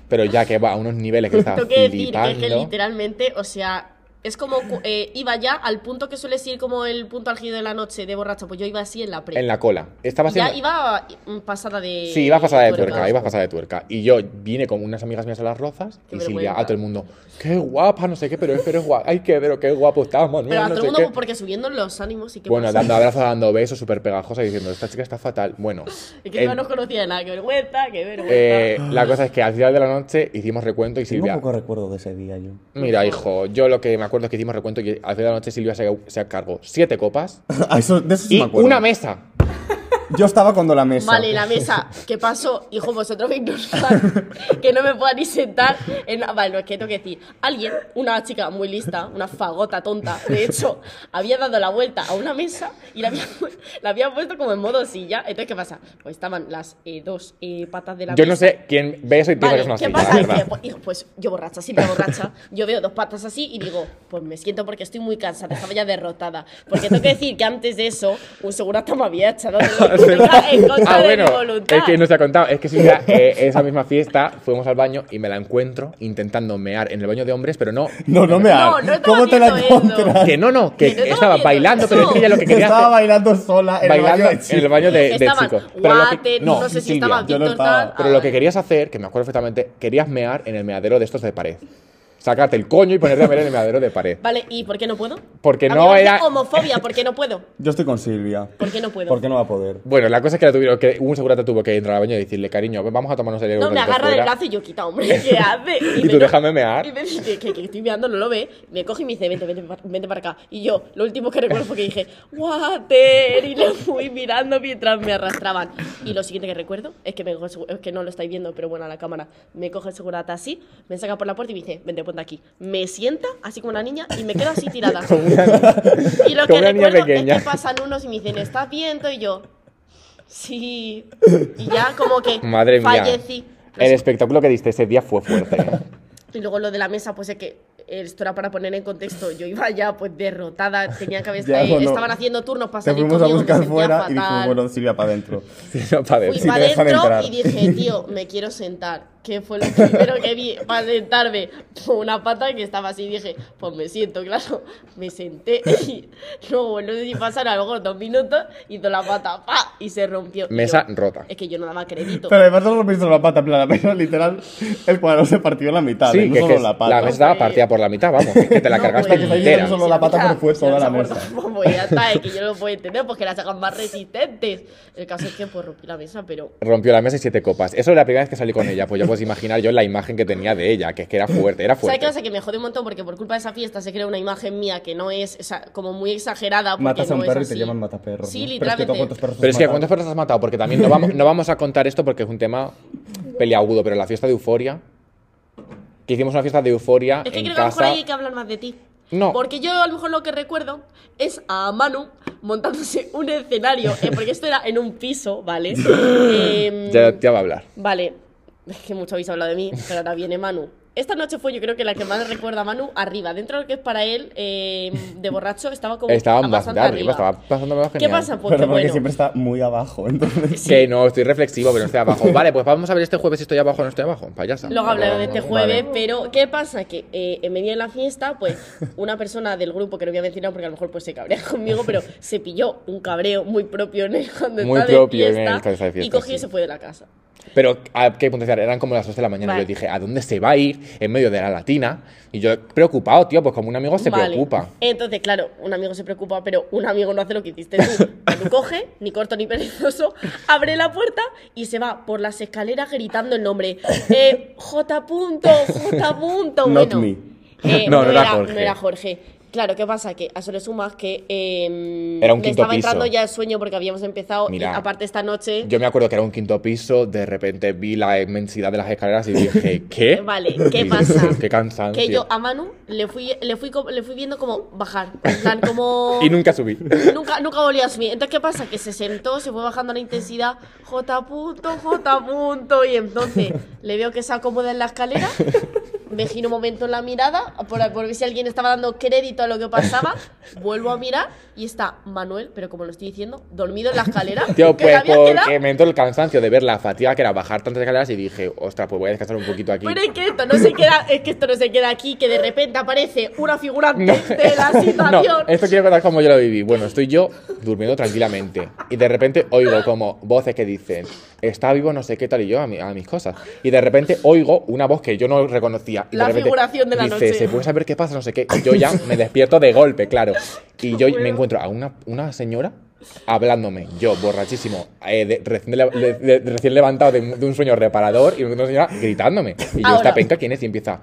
Speaker 1: pero ya que va a unos niveles que está
Speaker 2: Tengo que decir que, es que
Speaker 1: flipando.
Speaker 2: literalmente, o sea, es como cu- eh, iba ya al punto que suele ir como el punto álgido de la noche de borracha. Pues yo iba así en la pre.
Speaker 1: En la cola. Estaba
Speaker 2: ya
Speaker 1: siendo...
Speaker 2: iba mm, pasada de.
Speaker 1: Sí, ibas pasada de tuerca, ibas pasada de tuerca. Y yo vine con unas amigas mías a las rozas
Speaker 2: Qué
Speaker 1: y Silvia
Speaker 2: vergüenza.
Speaker 1: a todo el mundo, qué guapa, no sé qué, pero es pero es guapa, ay, qué, pero qué guapo estás, Manuel,
Speaker 2: Pero a
Speaker 1: no
Speaker 2: todo
Speaker 1: sé
Speaker 2: el mundo,
Speaker 1: qué".
Speaker 2: pues, porque subiendo los ánimos y que.
Speaker 1: Bueno, dando abrazos, dando besos, súper pegajosa, diciendo, esta chica está fatal. Bueno.
Speaker 2: Es que yo
Speaker 1: en-
Speaker 2: no conocía de nada. Qué vergüenza, qué vergüenza.
Speaker 1: Eh, la cosa es que al final de la noche hicimos recuento y
Speaker 3: Tengo
Speaker 1: Silvia.
Speaker 3: Ah. poco recuerdo de ese día yo.
Speaker 1: Mira, hijo, yo lo que me acuerdo es que hicimos recuento y que al final de la noche Silvia se, se cargó siete copas
Speaker 3: Ah, eso, de eso sí
Speaker 1: y
Speaker 3: me acuerdo.
Speaker 1: una mesa.
Speaker 3: Yo estaba cuando la mesa.
Speaker 2: Vale, la mesa. ¿Qué pasó? Hijo, vosotros me ignoráis. que no me pueda ni sentar. En... Vale, no, es que tengo que decir. Alguien, una chica muy lista, una fagota tonta, de hecho, había dado la vuelta a una mesa y la había, pu- la había puesto como en modo silla. Entonces, ¿qué pasa? Pues estaban las eh, dos eh, patas de la
Speaker 1: Yo
Speaker 2: mesa.
Speaker 1: no sé quién ve eso y piensa que
Speaker 2: Vale,
Speaker 1: es una
Speaker 2: ¿qué
Speaker 1: silla,
Speaker 2: pasa?
Speaker 1: la
Speaker 2: Que,
Speaker 1: verdad.
Speaker 2: pues, hijo, pues yo borracha, siempre borracha. Yo veo dos patas así y digo, pues me siento porque estoy muy cansada, estaba ya derrotada. Porque tengo que decir que antes de eso, un segurata me había echado de la discoteca en contra
Speaker 1: Ah,
Speaker 2: de mi
Speaker 1: bueno,
Speaker 2: voluntad.
Speaker 1: es que no se ha contado. Es que Silvia, eh, esa misma fiesta, fuimos al baño y me la encuentro intentando mear en el baño de hombres, pero no.
Speaker 3: No, no me
Speaker 2: No,
Speaker 3: hagas.
Speaker 2: no estaba
Speaker 3: ¿Cómo te la
Speaker 2: haciendo eso.
Speaker 3: encontras?
Speaker 1: Que no, no, que
Speaker 2: Que no estaba
Speaker 1: estaba
Speaker 2: viendo
Speaker 1: bailando, pero es que ella lo que
Speaker 3: Que
Speaker 1: quería
Speaker 3: estaba
Speaker 1: hacer.
Speaker 3: bailando sola en el
Speaker 1: Bailando
Speaker 3: baño de
Speaker 1: en el
Speaker 3: chicos.
Speaker 1: baño de, de
Speaker 2: Estaban
Speaker 1: chicos. Pero lo que-
Speaker 2: guates, no sé si estaba
Speaker 1: Silvia,
Speaker 3: yo no
Speaker 2: Víctor
Speaker 3: estaba.
Speaker 2: Tal.
Speaker 1: Pero
Speaker 2: Ah,
Speaker 1: lo
Speaker 2: vale.
Speaker 1: que querías hacer, que me acuerdo perfectamente, querías mear en el meadero de estos de pared. Sacarte el coño y ponerte a mear en el meadero de pared.
Speaker 2: Vale, ¿y por qué no puedo?
Speaker 1: Porque no
Speaker 2: Amigos,
Speaker 1: era-
Speaker 2: homofobia, ¿por qué no puedo?
Speaker 3: Yo estoy con Silvia.
Speaker 2: ¿Por qué no puedo?
Speaker 3: Porque no va a poder.
Speaker 1: Bueno, la cosa es que, la tuvieron, que un segurata tuvo que entrar al baño y decirle, cariño, vamos a tomarnos el
Speaker 2: No,
Speaker 1: un
Speaker 2: me
Speaker 1: ratito
Speaker 2: agarra del
Speaker 1: fuera".
Speaker 2: brazo y yo, quita, hombre, ¿qué hace?
Speaker 1: Y
Speaker 2: me-
Speaker 1: tú, "Déjame mear".
Speaker 2: Y me dice, que, que estoy meando, no lo ve. Me coge y me dice, vente, vente, pa- vente para acá. Y yo, lo último que recuerdo fue que dije, water, y le fui mirando mientras me arrastraban. Y lo siguiente que recuerdo es que, me coge el segu- es que no lo estáis viendo, pero bueno, a la cámara. Me coge el segurata así, me saca por la puerta y me dice, vente, ponte aquí. Me sienta, así como una niña, y me quedo así tirada.
Speaker 1: Como una-
Speaker 2: Y lo
Speaker 1: Como
Speaker 2: que
Speaker 1: una niña
Speaker 2: recuerdo es
Speaker 1: pequeña.
Speaker 2: que pasan unos y me dicen, ¿estás viendo? Y yo, Sí. Y ya como que
Speaker 1: Madre mía.
Speaker 2: fallecí.
Speaker 1: El espectáculo que diste ese día fue fuerte. ¿eh?
Speaker 2: Y luego lo de la mesa, pues es que eh, esto era para poner en contexto. Yo iba ya pues derrotada, tenía que haber
Speaker 3: Ya,
Speaker 2: eh,
Speaker 3: bueno,
Speaker 2: estaban haciendo turnos para
Speaker 3: Te
Speaker 2: salir
Speaker 3: fuimos a
Speaker 2: conmigo, me
Speaker 3: buscar
Speaker 2: sentía
Speaker 3: fuera y
Speaker 2: fatal.
Speaker 3: dijimos, bueno, Silvia, para adentro.
Speaker 1: Sí, no, pa' ver.
Speaker 2: Fui
Speaker 3: si
Speaker 2: para
Speaker 3: te dejan
Speaker 2: adentro
Speaker 3: entrar.
Speaker 2: y dije, tío, me quiero sentar. ¿Qué fue lo primero que vi para sentarme? Una pata que estaba así. Dije, pues me siento, claro. Me senté y luego, no sé si pasaron algo, dos minutos, hizo la pata, pa, y se rompió. Y
Speaker 1: Mesa
Speaker 2: yo,
Speaker 1: rota.
Speaker 2: Es que yo no daba crédito.
Speaker 3: Pero además no lo visto la pata plana, pero literal, el cuadro se partió en la mitad,
Speaker 1: Sí,
Speaker 3: ¿eh? no
Speaker 1: que,
Speaker 3: solo
Speaker 1: que
Speaker 3: la
Speaker 1: la,
Speaker 3: pata.
Speaker 1: mesa estaba partida por la mitad, vamos. es que te la
Speaker 2: No,
Speaker 1: cargaste
Speaker 2: pues,
Speaker 1: entera.
Speaker 3: solo la pata, pero fue
Speaker 2: Si no
Speaker 3: toda
Speaker 2: se
Speaker 3: la
Speaker 2: acuerda,
Speaker 3: mesa.
Speaker 2: Pues ya está, es que yo no lo puedo entender, porque las hagan más resistentes. El caso es que pues rompí la mesa, pero
Speaker 1: Rompió la mesa y siete copas. Eso es la primera vez que salí con ella. Pues ya puedes imaginar yo la imagen que tenía de ella, que es que era fuerte, era
Speaker 2: ¿Sabes
Speaker 1: fuerte.
Speaker 2: qué pasa? Que me jode un montón porque por culpa de esa fiesta se crea una imagen mía que no es o sea, como muy exagerada. Porque
Speaker 3: Matas a un
Speaker 2: no
Speaker 3: perro
Speaker 2: es
Speaker 3: y te
Speaker 2: así.
Speaker 3: llaman mataperro.
Speaker 2: Sí,
Speaker 3: ¿no? Pero es que tú a
Speaker 2: literalmente.
Speaker 3: cuántos perros
Speaker 1: Pero
Speaker 3: has
Speaker 1: es que
Speaker 3: matado.
Speaker 1: ¿cuántas personas has matado? Porque también no vamos, no vamos a contar esto porque es un tema peliagudo, pero en la fiesta de euforia, que hicimos una fiesta de euforia
Speaker 2: Es que
Speaker 1: en
Speaker 2: creo que a lo mejor
Speaker 1: casa.
Speaker 2: ahí hay que hablar más de ti.
Speaker 1: No.
Speaker 2: Porque yo a lo mejor lo que recuerdo es a Manu montándose un escenario, eh, porque esto era en un piso, ¿vale? Em,
Speaker 1: Ya, ya va a hablar.
Speaker 2: Vale, es que mucho habéis hablado de mí, pero ahora viene Manu. Esta noche fue yo creo que la que más recuerda a Manu arriba. Dentro de lo que es para él, eh, de borracho, estaba como
Speaker 1: Estaban bastante
Speaker 2: bastante
Speaker 1: arriba, estaba pasando más
Speaker 2: ¿Qué
Speaker 1: genial.
Speaker 2: pasa? Pues
Speaker 3: Pero
Speaker 2: que
Speaker 3: porque
Speaker 2: bueno.
Speaker 3: siempre está muy abajo, entonces.
Speaker 2: Sí.
Speaker 1: Que no, estoy reflexivo, pero no estoy abajo. Vale, pues vamos a ver este jueves si estoy abajo o no estoy abajo. Payasa.
Speaker 2: Luego hablaré de este
Speaker 1: Vale.
Speaker 2: jueves, pero ¿qué pasa? Que eh, en medio de la fiesta, pues una persona del grupo, que no voy a mencionar porque a lo mejor pues se cabrea conmigo, pero se pilló un cabreo muy propio en el cuando
Speaker 1: Muy
Speaker 2: está de
Speaker 1: propio en
Speaker 2: fiesta,
Speaker 1: el cuando está de
Speaker 2: y
Speaker 1: fiesta,
Speaker 2: cogió y
Speaker 1: sí.
Speaker 2: se fue de la casa.
Speaker 1: Pero hay que puntualizar, eran como las 2 de la mañana.
Speaker 2: Vale.
Speaker 1: Yo dije, ¿a dónde se va a ir? En medio de la latina. Y yo preocupado, tío, pues como un amigo se
Speaker 2: Vale.
Speaker 1: preocupa.
Speaker 2: Entonces, claro, un amigo se preocupa, pero un amigo no hace lo que hiciste tú. Tú coge, ni corto ni perezoso, abre la puerta y se va por las escaleras gritando el nombre. Eh, J. Punto, J. Punto.
Speaker 3: Not
Speaker 2: bueno.
Speaker 3: me.
Speaker 2: Eh,
Speaker 1: No, no era Jorge.
Speaker 2: no era Jorge. Claro, ¿qué pasa? Que a eso le sumas que eh,
Speaker 1: Era un
Speaker 2: me
Speaker 1: quinto
Speaker 2: estaba
Speaker 1: piso.
Speaker 2: entrando ya el sueño porque habíamos empezado
Speaker 1: Mira,
Speaker 2: y aparte esta noche...
Speaker 1: Yo me acuerdo que era un quinto piso, de repente vi la inmensidad de las escaleras y dije, ¿qué?
Speaker 2: Vale,
Speaker 1: Y
Speaker 2: ¿qué
Speaker 1: dije,
Speaker 2: pasa?
Speaker 1: Qué cansancio.
Speaker 2: Que yo a Manu le fui, le fui, co- le fui viendo como bajar. En plan, como...
Speaker 1: Y nunca subí.
Speaker 2: Nunca, nunca volví a subir. Entonces, ¿qué pasa? Que se sentó, se fue bajando la intensidad, J punto, J punto, y entonces le veo que se acomoda en la escalera, me giro un momento en la mirada, por, por ver si alguien estaba dando crédito a lo que pasaba, vuelvo a mirar, y está Manuel, pero como lo estoy diciendo, dormido en la escalera,
Speaker 1: Tío,
Speaker 2: que le
Speaker 1: pues
Speaker 2: había
Speaker 1: porque
Speaker 2: quedado-
Speaker 1: me entró el cansancio de ver la fatiga que era bajar tantas escaleras y dije, ostras, pues voy a descansar un poquito aquí.
Speaker 2: Pero es que esto no se queda, es que esto no se queda aquí, que de repente aparece una figurante de la
Speaker 1: no,
Speaker 2: situación.
Speaker 1: esto quiero contar cómo yo lo viví. Bueno, estoy yo durmiendo tranquilamente y de repente oigo como voces que dicen, está vivo no sé qué tal y yo a, mi- a mis cosas. Y de repente oigo una voz que yo no reconocía. Y
Speaker 2: La
Speaker 1: de repente
Speaker 2: figuración de la
Speaker 1: dice,
Speaker 2: noche.
Speaker 1: se puede saber qué pasa, no sé qué. Y yo ya me despierto de golpe, claro. Y yo me encuentro a una, una señora hablándome, yo borrachísimo, eh, de- recién, le- le- de- recién levantado de, un- de un sueño reparador y me encuentro a una señora gritándome. Y yo,
Speaker 2: Ahora.
Speaker 1: esta penca, ¿quién es? Y empieza...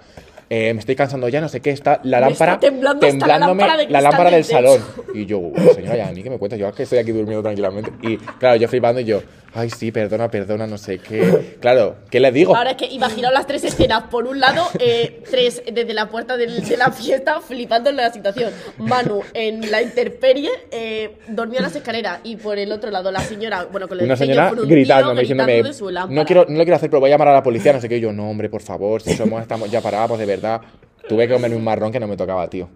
Speaker 1: "Eh, me estoy cansando ya, no sé qué, está la
Speaker 2: Me
Speaker 1: lámpara
Speaker 2: está temblando hasta la
Speaker 1: temblándome
Speaker 2: lámpara de cristal
Speaker 1: lámpara
Speaker 2: del
Speaker 1: del salón.
Speaker 2: techo.
Speaker 1: Y yo, "Uy, señora, ya a mí que me cuentas, yo es que estoy aquí durmiendo tranquilamente. Y claro, yo flipando y yo, ay, sí, perdona, perdona, no sé qué. Claro, ¿qué le digo?
Speaker 2: Ahora es que imaginaos las tres escenas. Por un lado, eh, tres desde la puerta del- de la fiesta, flipando en la situación. Manu en la interperie, eh, dormía en las escaleras. Y por el otro lado, la señora, bueno, con el
Speaker 1: Una
Speaker 2: ceño
Speaker 1: señora
Speaker 2: fruncido,
Speaker 1: gritándome, diciéndome,
Speaker 2: gritando de su lámpara.
Speaker 1: no, quiero, no lo quiero hacer, pero voy a llamar a la policía, no sé qué. Y yo, no, hombre, por favor, si somos, estamos, ya paramos, de verdad. Tuve que comerme un marrón que no me tocaba, tío.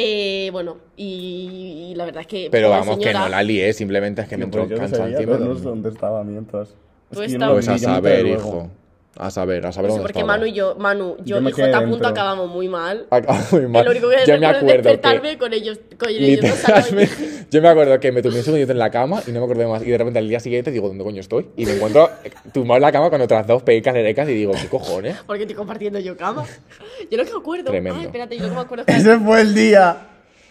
Speaker 2: Eh, bueno, y, y la verdad es que.
Speaker 1: Pero
Speaker 2: pobre
Speaker 1: vamos, que
Speaker 2: señora,
Speaker 1: no la lié, simplemente es que me entró
Speaker 3: Pues yo no sabía,
Speaker 1: cansancio. y me
Speaker 3: pero no
Speaker 1: dormí.
Speaker 3: sé dónde estaba mientras.
Speaker 2: Tú
Speaker 3: Es que yo
Speaker 2: estabas-
Speaker 3: lo
Speaker 1: Pues a
Speaker 3: vi, yo me
Speaker 1: saber,
Speaker 3: enteré luego.
Speaker 1: hijo. A saber, a saber
Speaker 2: no sé
Speaker 1: dónde
Speaker 2: por qué
Speaker 1: estaba.
Speaker 2: Manu y yo, Manu, yo,
Speaker 3: Yo me
Speaker 2: y
Speaker 3: quedé
Speaker 2: J. punto
Speaker 3: dentro.
Speaker 2: acabamos muy mal.
Speaker 1: Acabo muy mal.
Speaker 2: lo único que
Speaker 1: Yo me
Speaker 2: recuerdo es
Speaker 1: acuerdo que
Speaker 2: despertarme con ellos, con ellos dos al lado y-
Speaker 1: Literalmente, yo me acuerdo que me tumbé un segundito en la cama y no me acordé más. Y de repente al día siguiente digo, ¿dónde coño estoy? Y me encuentro tumbado en la cama con otras dos pecas nerecas y digo, ¿qué cojones?
Speaker 2: Porque estoy compartiendo yo cama. Yo lo que me acuerdo.
Speaker 1: Tremendo.
Speaker 2: Ay, espérate, yo lo que me acuerdo es que.
Speaker 3: Ese fue el día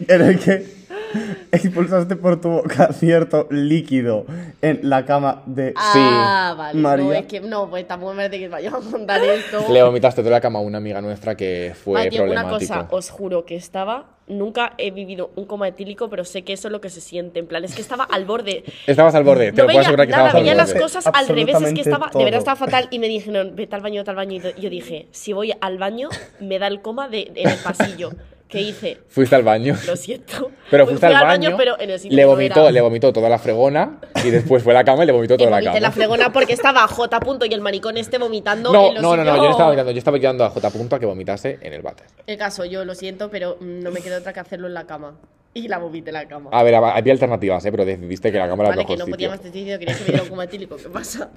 Speaker 3: en el que expulsaste por tu boca cierto líquido en la cama de.
Speaker 2: Ah, vale. No,
Speaker 3: María.
Speaker 2: es que no, pues tampoco me parece que vayamos a contar esto.
Speaker 1: Le vomitaste toda la cama a una amiga nuestra que fue
Speaker 2: Ay, tío, una
Speaker 1: pues, problemático.
Speaker 2: cosa, os juro que estaba. Nunca he vivido un coma etílico, pero sé que eso es lo que se siente. En plan, es que estaba al borde.
Speaker 1: Estabas al borde, te
Speaker 2: No
Speaker 1: lo puedo
Speaker 2: veía
Speaker 1: asegurar que
Speaker 2: nada,
Speaker 1: estabas al
Speaker 2: veía las
Speaker 1: borde.
Speaker 2: cosas al revés. Es que
Speaker 3: Absolutamente
Speaker 2: estaba, de verdad
Speaker 3: todo.
Speaker 2: estaba fatal. Y me dijeron, vete al baño, vete al baño. Y yo dije, si voy al baño, me da el coma de, en el pasillo. que hice,
Speaker 1: Fuiste al baño.
Speaker 2: lo siento.
Speaker 1: Pero
Speaker 2: Fui-
Speaker 1: fuiste
Speaker 2: fui
Speaker 1: al baño,
Speaker 2: pero en el sitio
Speaker 1: le
Speaker 2: que no
Speaker 1: vomitó,
Speaker 2: era.
Speaker 1: le vomitó toda la fregona y después fue a la cama y le vomitó
Speaker 2: Que
Speaker 1: toda la
Speaker 2: vomité
Speaker 1: cama.
Speaker 2: la fregona porque estaba J. punto y el maricón este vomitando.
Speaker 1: no,
Speaker 2: en los
Speaker 1: no, no, no,
Speaker 2: sitios.
Speaker 1: yo no estaba mirando, yo estaba ayudando a J. Punto a que vomitase en el váter.
Speaker 2: El caso, yo lo siento, pero mm, no me queda otra que hacerlo en la cama. Y la vomité en la cama.
Speaker 1: A ver, hab- había alternativas, ¿eh? pero decidiste que Ah, la cámara
Speaker 2: vale,
Speaker 1: era
Speaker 2: que
Speaker 1: el
Speaker 2: no
Speaker 1: mejor
Speaker 2: podía más
Speaker 1: sitio.
Speaker 2: testicio, quería que me diera un coma etílico. ¿Qué pasa?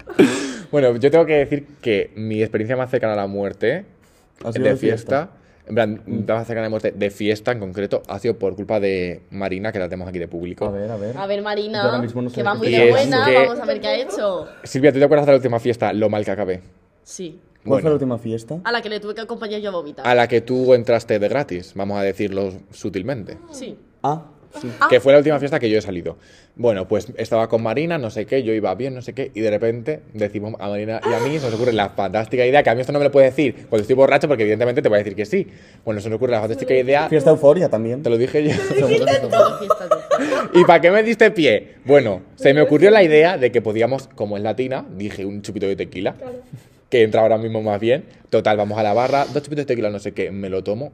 Speaker 1: Bueno, yo tengo que decir que mi experiencia más cercana a la muerte,
Speaker 3: Ha
Speaker 1: de,
Speaker 3: sido de Mm.
Speaker 1: fiesta, en plan, más cercana a la muerte de fiesta en concreto, ha sido por culpa de Marina, que la tenemos aquí de público.
Speaker 3: A ver, a ver.
Speaker 2: A ver,
Speaker 3: Yo
Speaker 2: Marina,
Speaker 3: ahora mismo no sé
Speaker 2: que
Speaker 3: de
Speaker 2: va
Speaker 3: qué
Speaker 2: muy
Speaker 1: estoy
Speaker 2: de
Speaker 1: hablando.
Speaker 2: buena,
Speaker 1: Es que-
Speaker 2: vamos a ver qué ha hecho.
Speaker 1: Silvia, ¿tú te acuerdas de la última fiesta? Lo mal que acabé.
Speaker 2: Sí.
Speaker 3: ¿Cuál fue
Speaker 1: Bueno.
Speaker 3: la última fiesta?
Speaker 2: A la que le tuve que acompañar yo a vomitar.
Speaker 1: A la que tú entraste de gratis, vamos a decirlo sutilmente.
Speaker 2: Sí.
Speaker 3: Ah, sí.
Speaker 2: Ah.
Speaker 1: Que fue la última fiesta que yo he salido. Bueno, pues estaba con Marina, no sé qué, yo iba bien, no sé qué, y de repente decimos a Marina y a mí, se nos ocurre la fantástica idea, que a mí esto no me lo puede decir cuando estoy borracho, porque evidentemente te voy a decir que sí. Bueno, se nos ocurre la fantástica idea, te
Speaker 3: Fiesta euforia también.
Speaker 1: lo dije yo.
Speaker 2: Tampoco fiesta tú.
Speaker 1: ¿Y para qué me diste pie? Bueno, se me ocurrió la idea de que podíamos, como es latina, dije un chupito de tequila, que entra ahora mismo más bien. Total, vamos a la barra, dos chupitos de tequila, no sé qué, me lo tomo.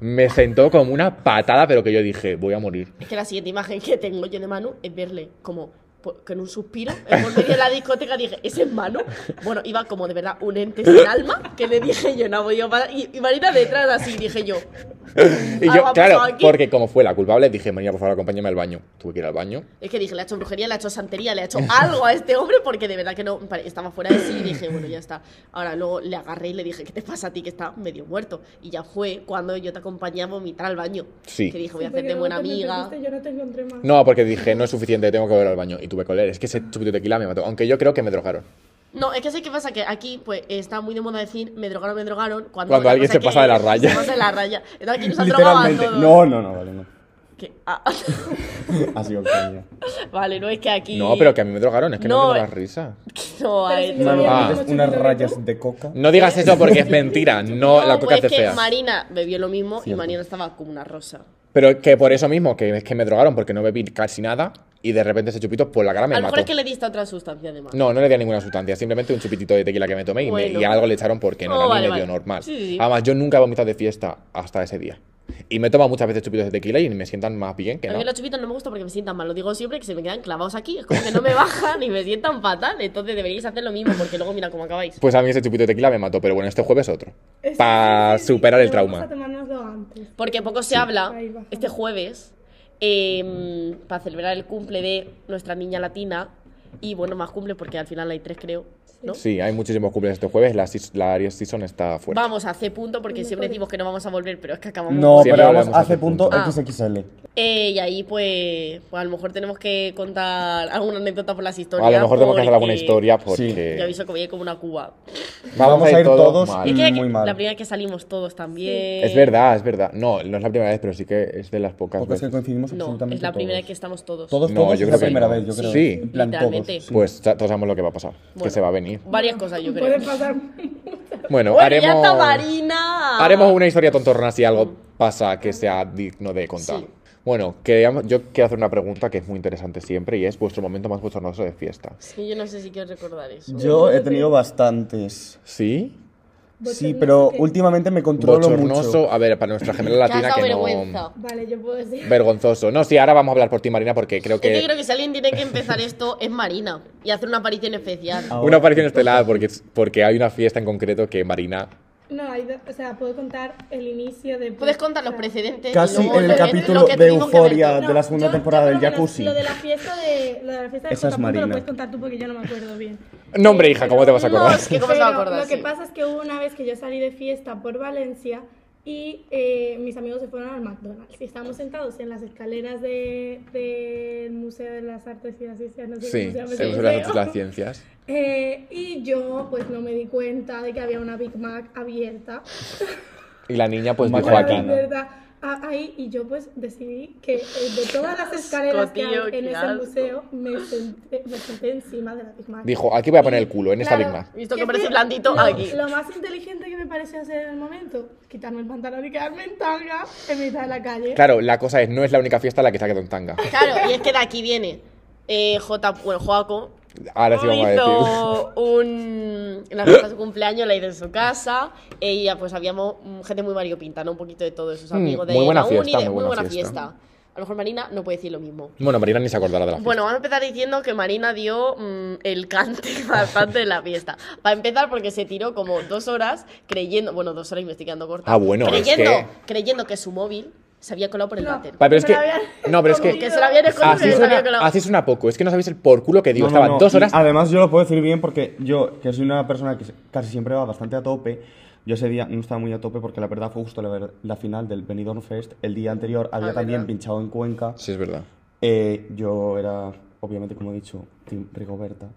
Speaker 1: Me sentó como una patada, pero que yo dije, voy a morir.
Speaker 2: Es que la siguiente imagen que tengo yo de Manu es verle como po- con un suspiro en por medio de la discoteca dije ese es Manu bueno iba como de verdad un ente sin alma que le dije yo no ha podido parar y, y Marina detrás así dije yo
Speaker 1: Y
Speaker 2: Algo
Speaker 1: yo,
Speaker 2: ha
Speaker 1: claro,
Speaker 2: pasado aquí.
Speaker 1: porque como fue la culpable, dije, María, por favor, acompáñame al baño. Tuve que ir al baño.
Speaker 2: es que dije le ha hecho brujería le ha hecho santería le ha hecho algo a este hombre porque de verdad que no pare- estaba fuera de sí y dije bueno ya está ahora luego le agarré y le dije ¿qué te pasa a ti que está medio muerto? y ya fue cuando yo te acompañé a vomitar al baño
Speaker 1: Sí.
Speaker 2: que dije voy a
Speaker 4: Porque
Speaker 2: hacerte
Speaker 4: luego
Speaker 2: buena
Speaker 4: cuando
Speaker 2: amiga
Speaker 4: entreviste Yo no te encontré más.
Speaker 1: No, porque dije, no es suficiente, tengo que volver al baño. Y tuve que oler. Es que ese chupito de tequila me mató. Aunque yo creo que me drogaron.
Speaker 2: No, es que sé qué pasa, que aquí pues está muy de moda decir me drogaron, me drogaron, cuando,
Speaker 1: Cuando
Speaker 2: la
Speaker 1: alguien
Speaker 2: cosa
Speaker 1: se
Speaker 2: es
Speaker 1: pasa de la
Speaker 2: que
Speaker 1: raya.
Speaker 2: Se pasa de la raya. Entonces aquí nos han drogado a
Speaker 3: Literalmente.
Speaker 2: todos.
Speaker 3: No, no, no, vale, no.
Speaker 2: Que- ah,
Speaker 3: Ha sido coña.
Speaker 2: vale, no es que aquí...
Speaker 1: No, pero que a mí me drogaron, es que no,
Speaker 2: No,
Speaker 1: me
Speaker 2: eh.
Speaker 1: las risas.
Speaker 2: No, a ver,
Speaker 4: No,
Speaker 3: No,
Speaker 4: no,
Speaker 3: no,
Speaker 1: Ah.
Speaker 3: metes unas rayas de coca.
Speaker 1: No digas eso porque es mentira. No, la coca
Speaker 2: pues
Speaker 1: te
Speaker 2: es que
Speaker 1: fea.
Speaker 2: Marina bebió lo mismo y
Speaker 3: Cierto.
Speaker 2: Marina estaba como una rosa.
Speaker 1: Pero que por eso mismo, que es que me drogaron porque no bebí casi nada y de repente ese chupito por la cara me
Speaker 2: a lo
Speaker 1: mató.
Speaker 2: mejor es que le diste otra sustancia además.
Speaker 1: No, no le di a ninguna sustancia, simplemente un chupitito de tequila que me tomé y, me-
Speaker 2: Bueno.
Speaker 1: y algo le echaron porque no
Speaker 2: Oh,
Speaker 1: era ni
Speaker 2: vale,
Speaker 1: medio
Speaker 2: vale.
Speaker 1: normal.
Speaker 2: Sí, sí, sí.
Speaker 1: Además, yo nunca he vomitado de fiesta hasta ese día. Y me he tomado muchas veces chupitos de tequila y me sientan más bien que
Speaker 2: a
Speaker 1: no.
Speaker 2: mí los chupitos no me gustan porque me sientan mal, lo digo siempre que se me quedan clavados aquí, es como que no me bajan y me sientan fatal, entonces deberíais hacer lo mismo porque luego mira cómo acabáis.
Speaker 1: Pues a mí ese chupito de tequila me mató, pero bueno, este jueves otro.
Speaker 4: Es-
Speaker 1: Para
Speaker 4: sí, sí, sí,
Speaker 1: superar el
Speaker 4: pero
Speaker 1: trauma.
Speaker 4: Vamos a tomárnoslo antes.
Speaker 2: Porque poco se habla
Speaker 4: Ahí bajamos.
Speaker 2: este jueves eh, para celebrar el cumple de nuestra niña latina. Y bueno, más cumple porque al final hay tres, creo. ¿no?
Speaker 1: Sí, hay muchísimos cumples este jueves, la, sis- la Aries Season está fuerte.
Speaker 2: Vamos a C punto porque
Speaker 4: Mejor.
Speaker 2: siempre decimos que no vamos a volver, pero es que acabamos.
Speaker 3: No,
Speaker 1: Siempre
Speaker 3: pero vamos,
Speaker 1: hablamos hace
Speaker 3: hace punto
Speaker 2: punto. Ah.
Speaker 3: XXL.
Speaker 2: Eh, y ahí pues, pues a lo mejor tenemos que contar alguna anécdota por las historias.
Speaker 1: a lo mejor tenemos que hacer alguna
Speaker 2: porque
Speaker 1: historia
Speaker 2: Yo
Speaker 1: porque
Speaker 2: aviso que voy a ir como una cuba.
Speaker 3: Vamos a ir todos
Speaker 1: mal.
Speaker 2: Es que
Speaker 3: Muy
Speaker 2: la-
Speaker 3: mal.
Speaker 2: la primera vez que salimos todos también.
Speaker 1: Es verdad, es verdad. No, no es la primera vez, pero sí que es de las pocas
Speaker 3: Porque es que
Speaker 1: veces.
Speaker 3: coincidimos
Speaker 2: No,
Speaker 3: absolutamente
Speaker 2: es la primera vez
Speaker 3: todos.
Speaker 2: que estamos todos.
Speaker 3: Todos,
Speaker 1: No,
Speaker 3: todos,
Speaker 1: yo creo
Speaker 3: es la
Speaker 1: que
Speaker 3: primera
Speaker 1: no.
Speaker 3: vez, yo creo.
Speaker 1: Sí.
Speaker 3: En plan, todos.
Speaker 2: Literalmente.
Speaker 3: sí.
Speaker 1: Pues ya todos sabemos lo que va a pasar, que
Speaker 2: Bueno.
Speaker 1: se va a venir.
Speaker 2: Varias cosas, yo creo.
Speaker 4: Puede pasar.
Speaker 1: Bueno,
Speaker 2: Bueno, ya
Speaker 1: haremos
Speaker 2: está Marina.
Speaker 1: haremos una historia tontorrona si algo pasa que sea digno de contar.
Speaker 2: Sí.
Speaker 1: Bueno, queríamos- yo quiero hacer una pregunta que es muy interesante siempre y es vuestro momento más bochornoso de fiesta.
Speaker 2: Sí, yo no sé si quiero recordar eso.
Speaker 3: Yo he tenido bastantes.
Speaker 1: ¿Sí?
Speaker 3: Sí,
Speaker 4: Bochornoso
Speaker 3: pero
Speaker 4: que-
Speaker 3: últimamente me controlo mucho.
Speaker 1: Bochornoso, a ver, para nuestra gemela
Speaker 2: Que has
Speaker 1: latina
Speaker 2: dado
Speaker 1: que
Speaker 2: vergüenza.
Speaker 1: no...
Speaker 4: Vale, yo puedo decir.
Speaker 1: Vergonzoso. No, sí, ahora vamos a hablar por ti, Marina, porque creo
Speaker 2: Es
Speaker 1: que...
Speaker 2: que creo que si alguien tiene que empezar esto es Marina y hacer una aparición especial.
Speaker 3: Ah,
Speaker 1: Una aparición estelar, porque, porque hay una fiesta en concreto que Marina...
Speaker 4: No, hay do- o sea, puedo contar el inicio de. pues,
Speaker 2: Puedes contar los precedentes. y
Speaker 3: Casi
Speaker 2: luego
Speaker 3: en
Speaker 2: lo
Speaker 3: el
Speaker 2: que-
Speaker 3: capítulo
Speaker 2: lo que
Speaker 3: de
Speaker 2: tuvimos que ver
Speaker 3: Euforia
Speaker 2: todos.
Speaker 4: No,
Speaker 3: de la segunda
Speaker 4: yo- yo
Speaker 3: temporada
Speaker 4: creo
Speaker 3: del
Speaker 4: que lo-
Speaker 3: jacuzzi.
Speaker 4: Lo de la fiesta de. Lo de la fiesta de
Speaker 3: Esa es
Speaker 4: Jotapunto
Speaker 3: Marina.
Speaker 4: Lo puedes contar tú porque yo no me acuerdo bien.
Speaker 1: No, hombre, hija, ¿cómo te vas a
Speaker 2: Eh, No,
Speaker 1: acordar?
Speaker 2: es que ¿cómo se va a
Speaker 4: Pero
Speaker 2: acordar?
Speaker 4: Lo que
Speaker 2: Sí.
Speaker 4: pasa es que hubo una vez que yo salí de fiesta por Valencia y eh, mis amigos se fueron al McDonald's. Y estábamos sentados en las escaleras de- del Museo de las Artes y las Ciencias. No sé
Speaker 1: Sí,
Speaker 4: cómo se llama ese
Speaker 1: se usan las,
Speaker 4: museo.
Speaker 1: las ciencias.
Speaker 4: Eh, y yo, pues no me di cuenta de que había una Big Mac abierta.
Speaker 1: Y la niña, pues, dijo
Speaker 3: Bueno,
Speaker 1: aquí.
Speaker 4: Una Big Berta a- Ahí, y yo, pues decidí que eh, de todas las escaleras que hay
Speaker 2: tío,
Speaker 4: en
Speaker 2: qué
Speaker 4: ese
Speaker 2: asco.
Speaker 4: museo, me senté, me senté encima de la Big Mac.
Speaker 1: Dijo, aquí voy a poner el culo, en esta
Speaker 4: Claro,
Speaker 1: Big Mac.
Speaker 2: Visto que
Speaker 4: ¿Qué
Speaker 2: parece
Speaker 4: fue?
Speaker 2: blandito,
Speaker 4: lo,
Speaker 2: aquí.
Speaker 4: Lo más inteligente que me pareció hacer en el momento, quitarme el pantalón y quedarme en tanga en mitad de la calle.
Speaker 1: Claro, la cosa es, no es la única fiesta en la que se ha quedado en tanga.
Speaker 2: Claro, y es que de aquí viene eh, J, bueno, Joaco,
Speaker 1: Ahora sí vamos a decir.
Speaker 2: hizo un... La fiesta de su cumpleaños la hizo en su casa e- y pues habíamos mm, gente muy variopinta, ¿no? Un poquito de todos sus
Speaker 1: Mm,
Speaker 2: amigos de
Speaker 1: muy buena
Speaker 2: la uni,
Speaker 1: fiesta,
Speaker 2: de-
Speaker 1: muy buena fiesta.
Speaker 2: A lo mejor Marina no puede decir lo mismo.
Speaker 1: Bueno, Marina ni se acordará de la fiesta.
Speaker 2: Bueno, vamos a empezar diciendo que Marina dio mm, el cante bastante de la fiesta. Para empezar, porque se tiró como dos horas creyendo, bueno, dos horas investigando corta.
Speaker 1: Ah, bueno, es
Speaker 2: creyendo,
Speaker 1: que-
Speaker 2: creyendo que su móvil se había colado por el
Speaker 4: No.
Speaker 2: váter.
Speaker 1: Vale, pero es
Speaker 4: Me
Speaker 1: que.
Speaker 4: la habían
Speaker 1: No, pero es que.
Speaker 4: escondido.
Speaker 2: Que se la habían escondido
Speaker 1: Así
Speaker 2: y se la
Speaker 1: Ah, suena,
Speaker 2: habían colado.
Speaker 1: así suena poco. Es que no sabéis el por culo que digo.
Speaker 3: No,
Speaker 1: Estaba
Speaker 3: no, no.
Speaker 1: dos horas.
Speaker 3: Y además, yo lo puedo decir bien porque yo, que soy una persona que casi siempre va bastante a tope, yo ese día no estaba muy a tope porque la verdad fue justo la, ver- la final del Benidorm Fest. El día anterior había
Speaker 2: Ah,
Speaker 3: también
Speaker 2: verdad.
Speaker 3: pinchado en Cuenca.
Speaker 1: Sí, es verdad.
Speaker 3: Eh, yo era, obviamente, como he dicho, Team Rigoberta.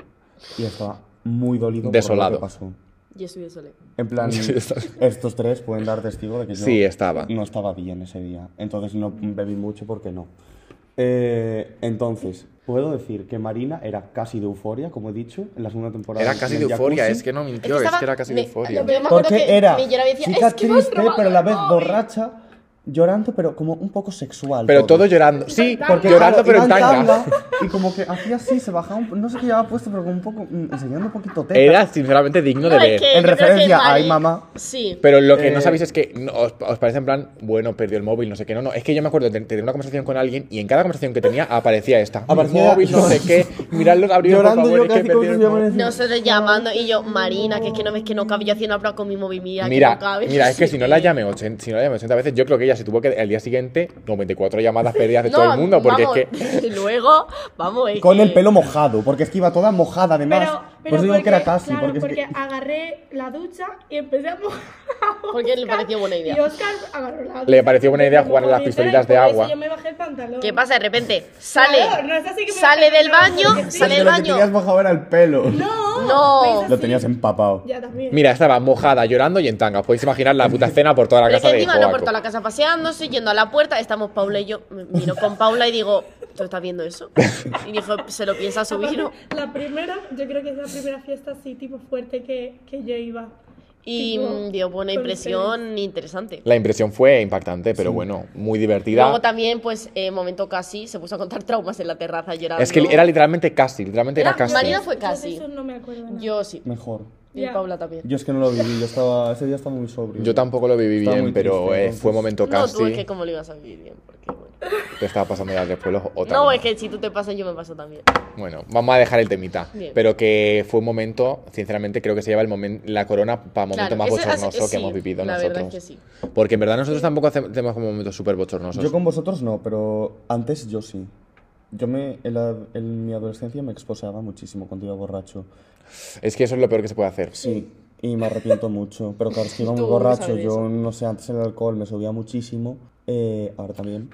Speaker 3: Y estaba muy dolido
Speaker 1: Desolado.
Speaker 3: por lo que pasó.
Speaker 2: Yo estoy de sole.
Speaker 3: En plan,
Speaker 1: Sí, está-
Speaker 3: estos tres pueden dar testigo de que yo
Speaker 1: Sí, estaba.
Speaker 3: no estaba bien ese día. Entonces no bebí mucho porque no. Eh, entonces, puedo decir que Marina era casi de euforia, como he dicho, en la segunda temporada.
Speaker 1: Era casi
Speaker 3: en
Speaker 1: de
Speaker 3: el
Speaker 1: euforia.
Speaker 3: jacuzzi,
Speaker 1: Es que no mintió. Es
Speaker 2: estaba-
Speaker 1: que era casi de
Speaker 2: me-
Speaker 1: euforia.
Speaker 2: me- me acuerdo
Speaker 3: Porque
Speaker 2: que
Speaker 3: era
Speaker 2: me lloraba y decía,
Speaker 3: chica
Speaker 2: "Es que me han
Speaker 3: triste,
Speaker 2: robado
Speaker 3: pero a la
Speaker 2: el
Speaker 3: vez
Speaker 2: móvil".
Speaker 3: borracha, llorando, pero como un poco sexual.
Speaker 1: Pero todo llorando. Sí,
Speaker 3: Porque,
Speaker 1: llorando,
Speaker 3: claro,
Speaker 1: pero en
Speaker 3: iba
Speaker 1: tanga.
Speaker 3: y como que hacía así, se bajaba un, no sé qué llevaba puesto, pero como un poco, mm, enseñando un poquito teta.
Speaker 1: Era sinceramente digno de
Speaker 2: No, es
Speaker 1: ver.
Speaker 2: que
Speaker 3: En
Speaker 2: yo creo que
Speaker 3: referencia a
Speaker 2: Mari-
Speaker 3: Ay, mamá.
Speaker 2: Sí.
Speaker 1: Pero lo que no
Speaker 3: Eh,
Speaker 1: sabéis es que no- os, os parece en plan, bueno, perdió el móvil, no sé qué. No, no, es que yo me acuerdo de tener una conversación con alguien y en cada conversación que tenía aparecía esta. Mi
Speaker 3: Aparecía-
Speaker 1: móvil, no sé qué. Miradlo, abrió, por
Speaker 3: Llorando
Speaker 1: favor, es
Speaker 3: yo
Speaker 1: que
Speaker 3: casi como
Speaker 1: perdió el
Speaker 3: si se
Speaker 1: móvil.
Speaker 3: llaman-
Speaker 2: Nosotros llamando y yo, Marina, que es que no ves que no cabe yo haciendo hablar con mi móvil, mira, que
Speaker 1: Mira,
Speaker 2: no cabe.
Speaker 1: mira, es que si no la llamé 80, si no la llamé 80 veces, yo creo que ella se tuvo que el día siguiente 94 llamadas perdidas de todo el mundo, porque
Speaker 2: vamos,
Speaker 1: es que
Speaker 2: Y luego, vamos, es
Speaker 3: Con
Speaker 2: que-
Speaker 3: el pelo mojado, porque es que iba toda mojada además.
Speaker 4: Pero, pero
Speaker 3: Por eso digo
Speaker 4: porque,
Speaker 3: que era casi,
Speaker 4: claro, ah,
Speaker 3: porque, es que-
Speaker 4: agarré la ducha y empecé a mojar. a
Speaker 2: Porque le
Speaker 4: Oscar,
Speaker 2: pareció buena idea.
Speaker 4: Y Oscar agarró la ducha.
Speaker 1: Le pareció buena idea
Speaker 4: me
Speaker 1: jugar a
Speaker 4: mojó
Speaker 1: las
Speaker 4: bien
Speaker 1: pistolitas
Speaker 4: entera y
Speaker 1: de
Speaker 4: por eso
Speaker 1: agua.
Speaker 4: Yo me bajé el pantalón.
Speaker 2: ¿Qué pasa? De repente sale,
Speaker 4: Claro, no es así que me
Speaker 2: sale
Speaker 4: imagino
Speaker 2: del
Speaker 4: yo,
Speaker 2: baño,
Speaker 4: porque sí.
Speaker 2: sale del
Speaker 3: Pero Lo que
Speaker 2: baño.
Speaker 3: tenías mojado era el pelo.
Speaker 4: No.
Speaker 2: No.
Speaker 4: me hizo
Speaker 3: Lo tenías
Speaker 4: así.
Speaker 3: empapado.
Speaker 4: Ya también.
Speaker 1: mira, estaba mojada, llorando y en tanga. Os podéis imaginar la puta escena por toda la
Speaker 2: Pero
Speaker 1: casa
Speaker 2: que
Speaker 1: de
Speaker 2: encima no por toda la
Speaker 1: Joaco.
Speaker 2: casa paseándose, yendo a la puerta, estamos Paula y yo, me miro con Paula y digo, ¿tú estás viendo eso? Y dijo, ¿se lo piensa subir o...?
Speaker 4: Aparte, La primera, yo creo que es la primera fiesta así tipo fuerte que, que yo iba.
Speaker 2: Y
Speaker 4: Tipo,
Speaker 2: mm, dio buena
Speaker 4: con
Speaker 2: impresión interesante.
Speaker 1: La impresión fue impactante, pero bueno, muy divertida.
Speaker 2: Luego también, pues, eh, momento casi, se puso a contar traumas en la terraza llorando.
Speaker 1: Es que era literalmente casi, literalmente era
Speaker 2: Era-
Speaker 1: casi.
Speaker 2: Marina fue
Speaker 4: Yo de
Speaker 2: Pues casi.
Speaker 4: eso no me acuerdo nada.
Speaker 2: Yo sí.
Speaker 3: Mejor.
Speaker 2: Y
Speaker 4: Ya.
Speaker 2: Paula también.
Speaker 3: Yo es que no lo viví, yo estaba, ese día estaba muy sobrio.
Speaker 1: Yo tampoco lo viví
Speaker 3: Estaba
Speaker 1: bien,
Speaker 3: muy
Speaker 1: pero
Speaker 3: triste,
Speaker 1: eh,
Speaker 3: entonces.
Speaker 1: fue momento
Speaker 2: No,
Speaker 1: casi.
Speaker 2: tú es que cómo lo ibas a vivir bien, porque bueno.
Speaker 1: Te estaba pasando ya después los otra
Speaker 2: No,
Speaker 1: vez.
Speaker 2: es que si tú te pasas, yo me paso también.
Speaker 1: Bueno, vamos a dejar el temita.
Speaker 2: Bien.
Speaker 1: Pero que fue un momento, sinceramente, creo que se lleva el momen- la corona para momento
Speaker 2: Claro,
Speaker 1: más
Speaker 2: eso es así-
Speaker 1: bochornoso
Speaker 2: sí,
Speaker 1: que hemos vivido
Speaker 2: la
Speaker 1: nosotros.
Speaker 2: verdad es que sí.
Speaker 1: Porque en verdad nosotros tampoco hace- hacemos como momentos súper bochornosos.
Speaker 3: Yo con vosotros no, pero antes yo sí. Yo me, en, la- en mi adolescencia me exposaba muchísimo cuando iba borracho.
Speaker 1: Es que eso es lo peor que se puede hacer.
Speaker 3: Sí, y me arrepiento mucho. Pero claro, es que iba muy
Speaker 2: Tú
Speaker 3: borracho.
Speaker 2: sabes
Speaker 3: Yo
Speaker 2: eso.
Speaker 3: no sé, antes el alcohol me subía muchísimo. eh, ahora también.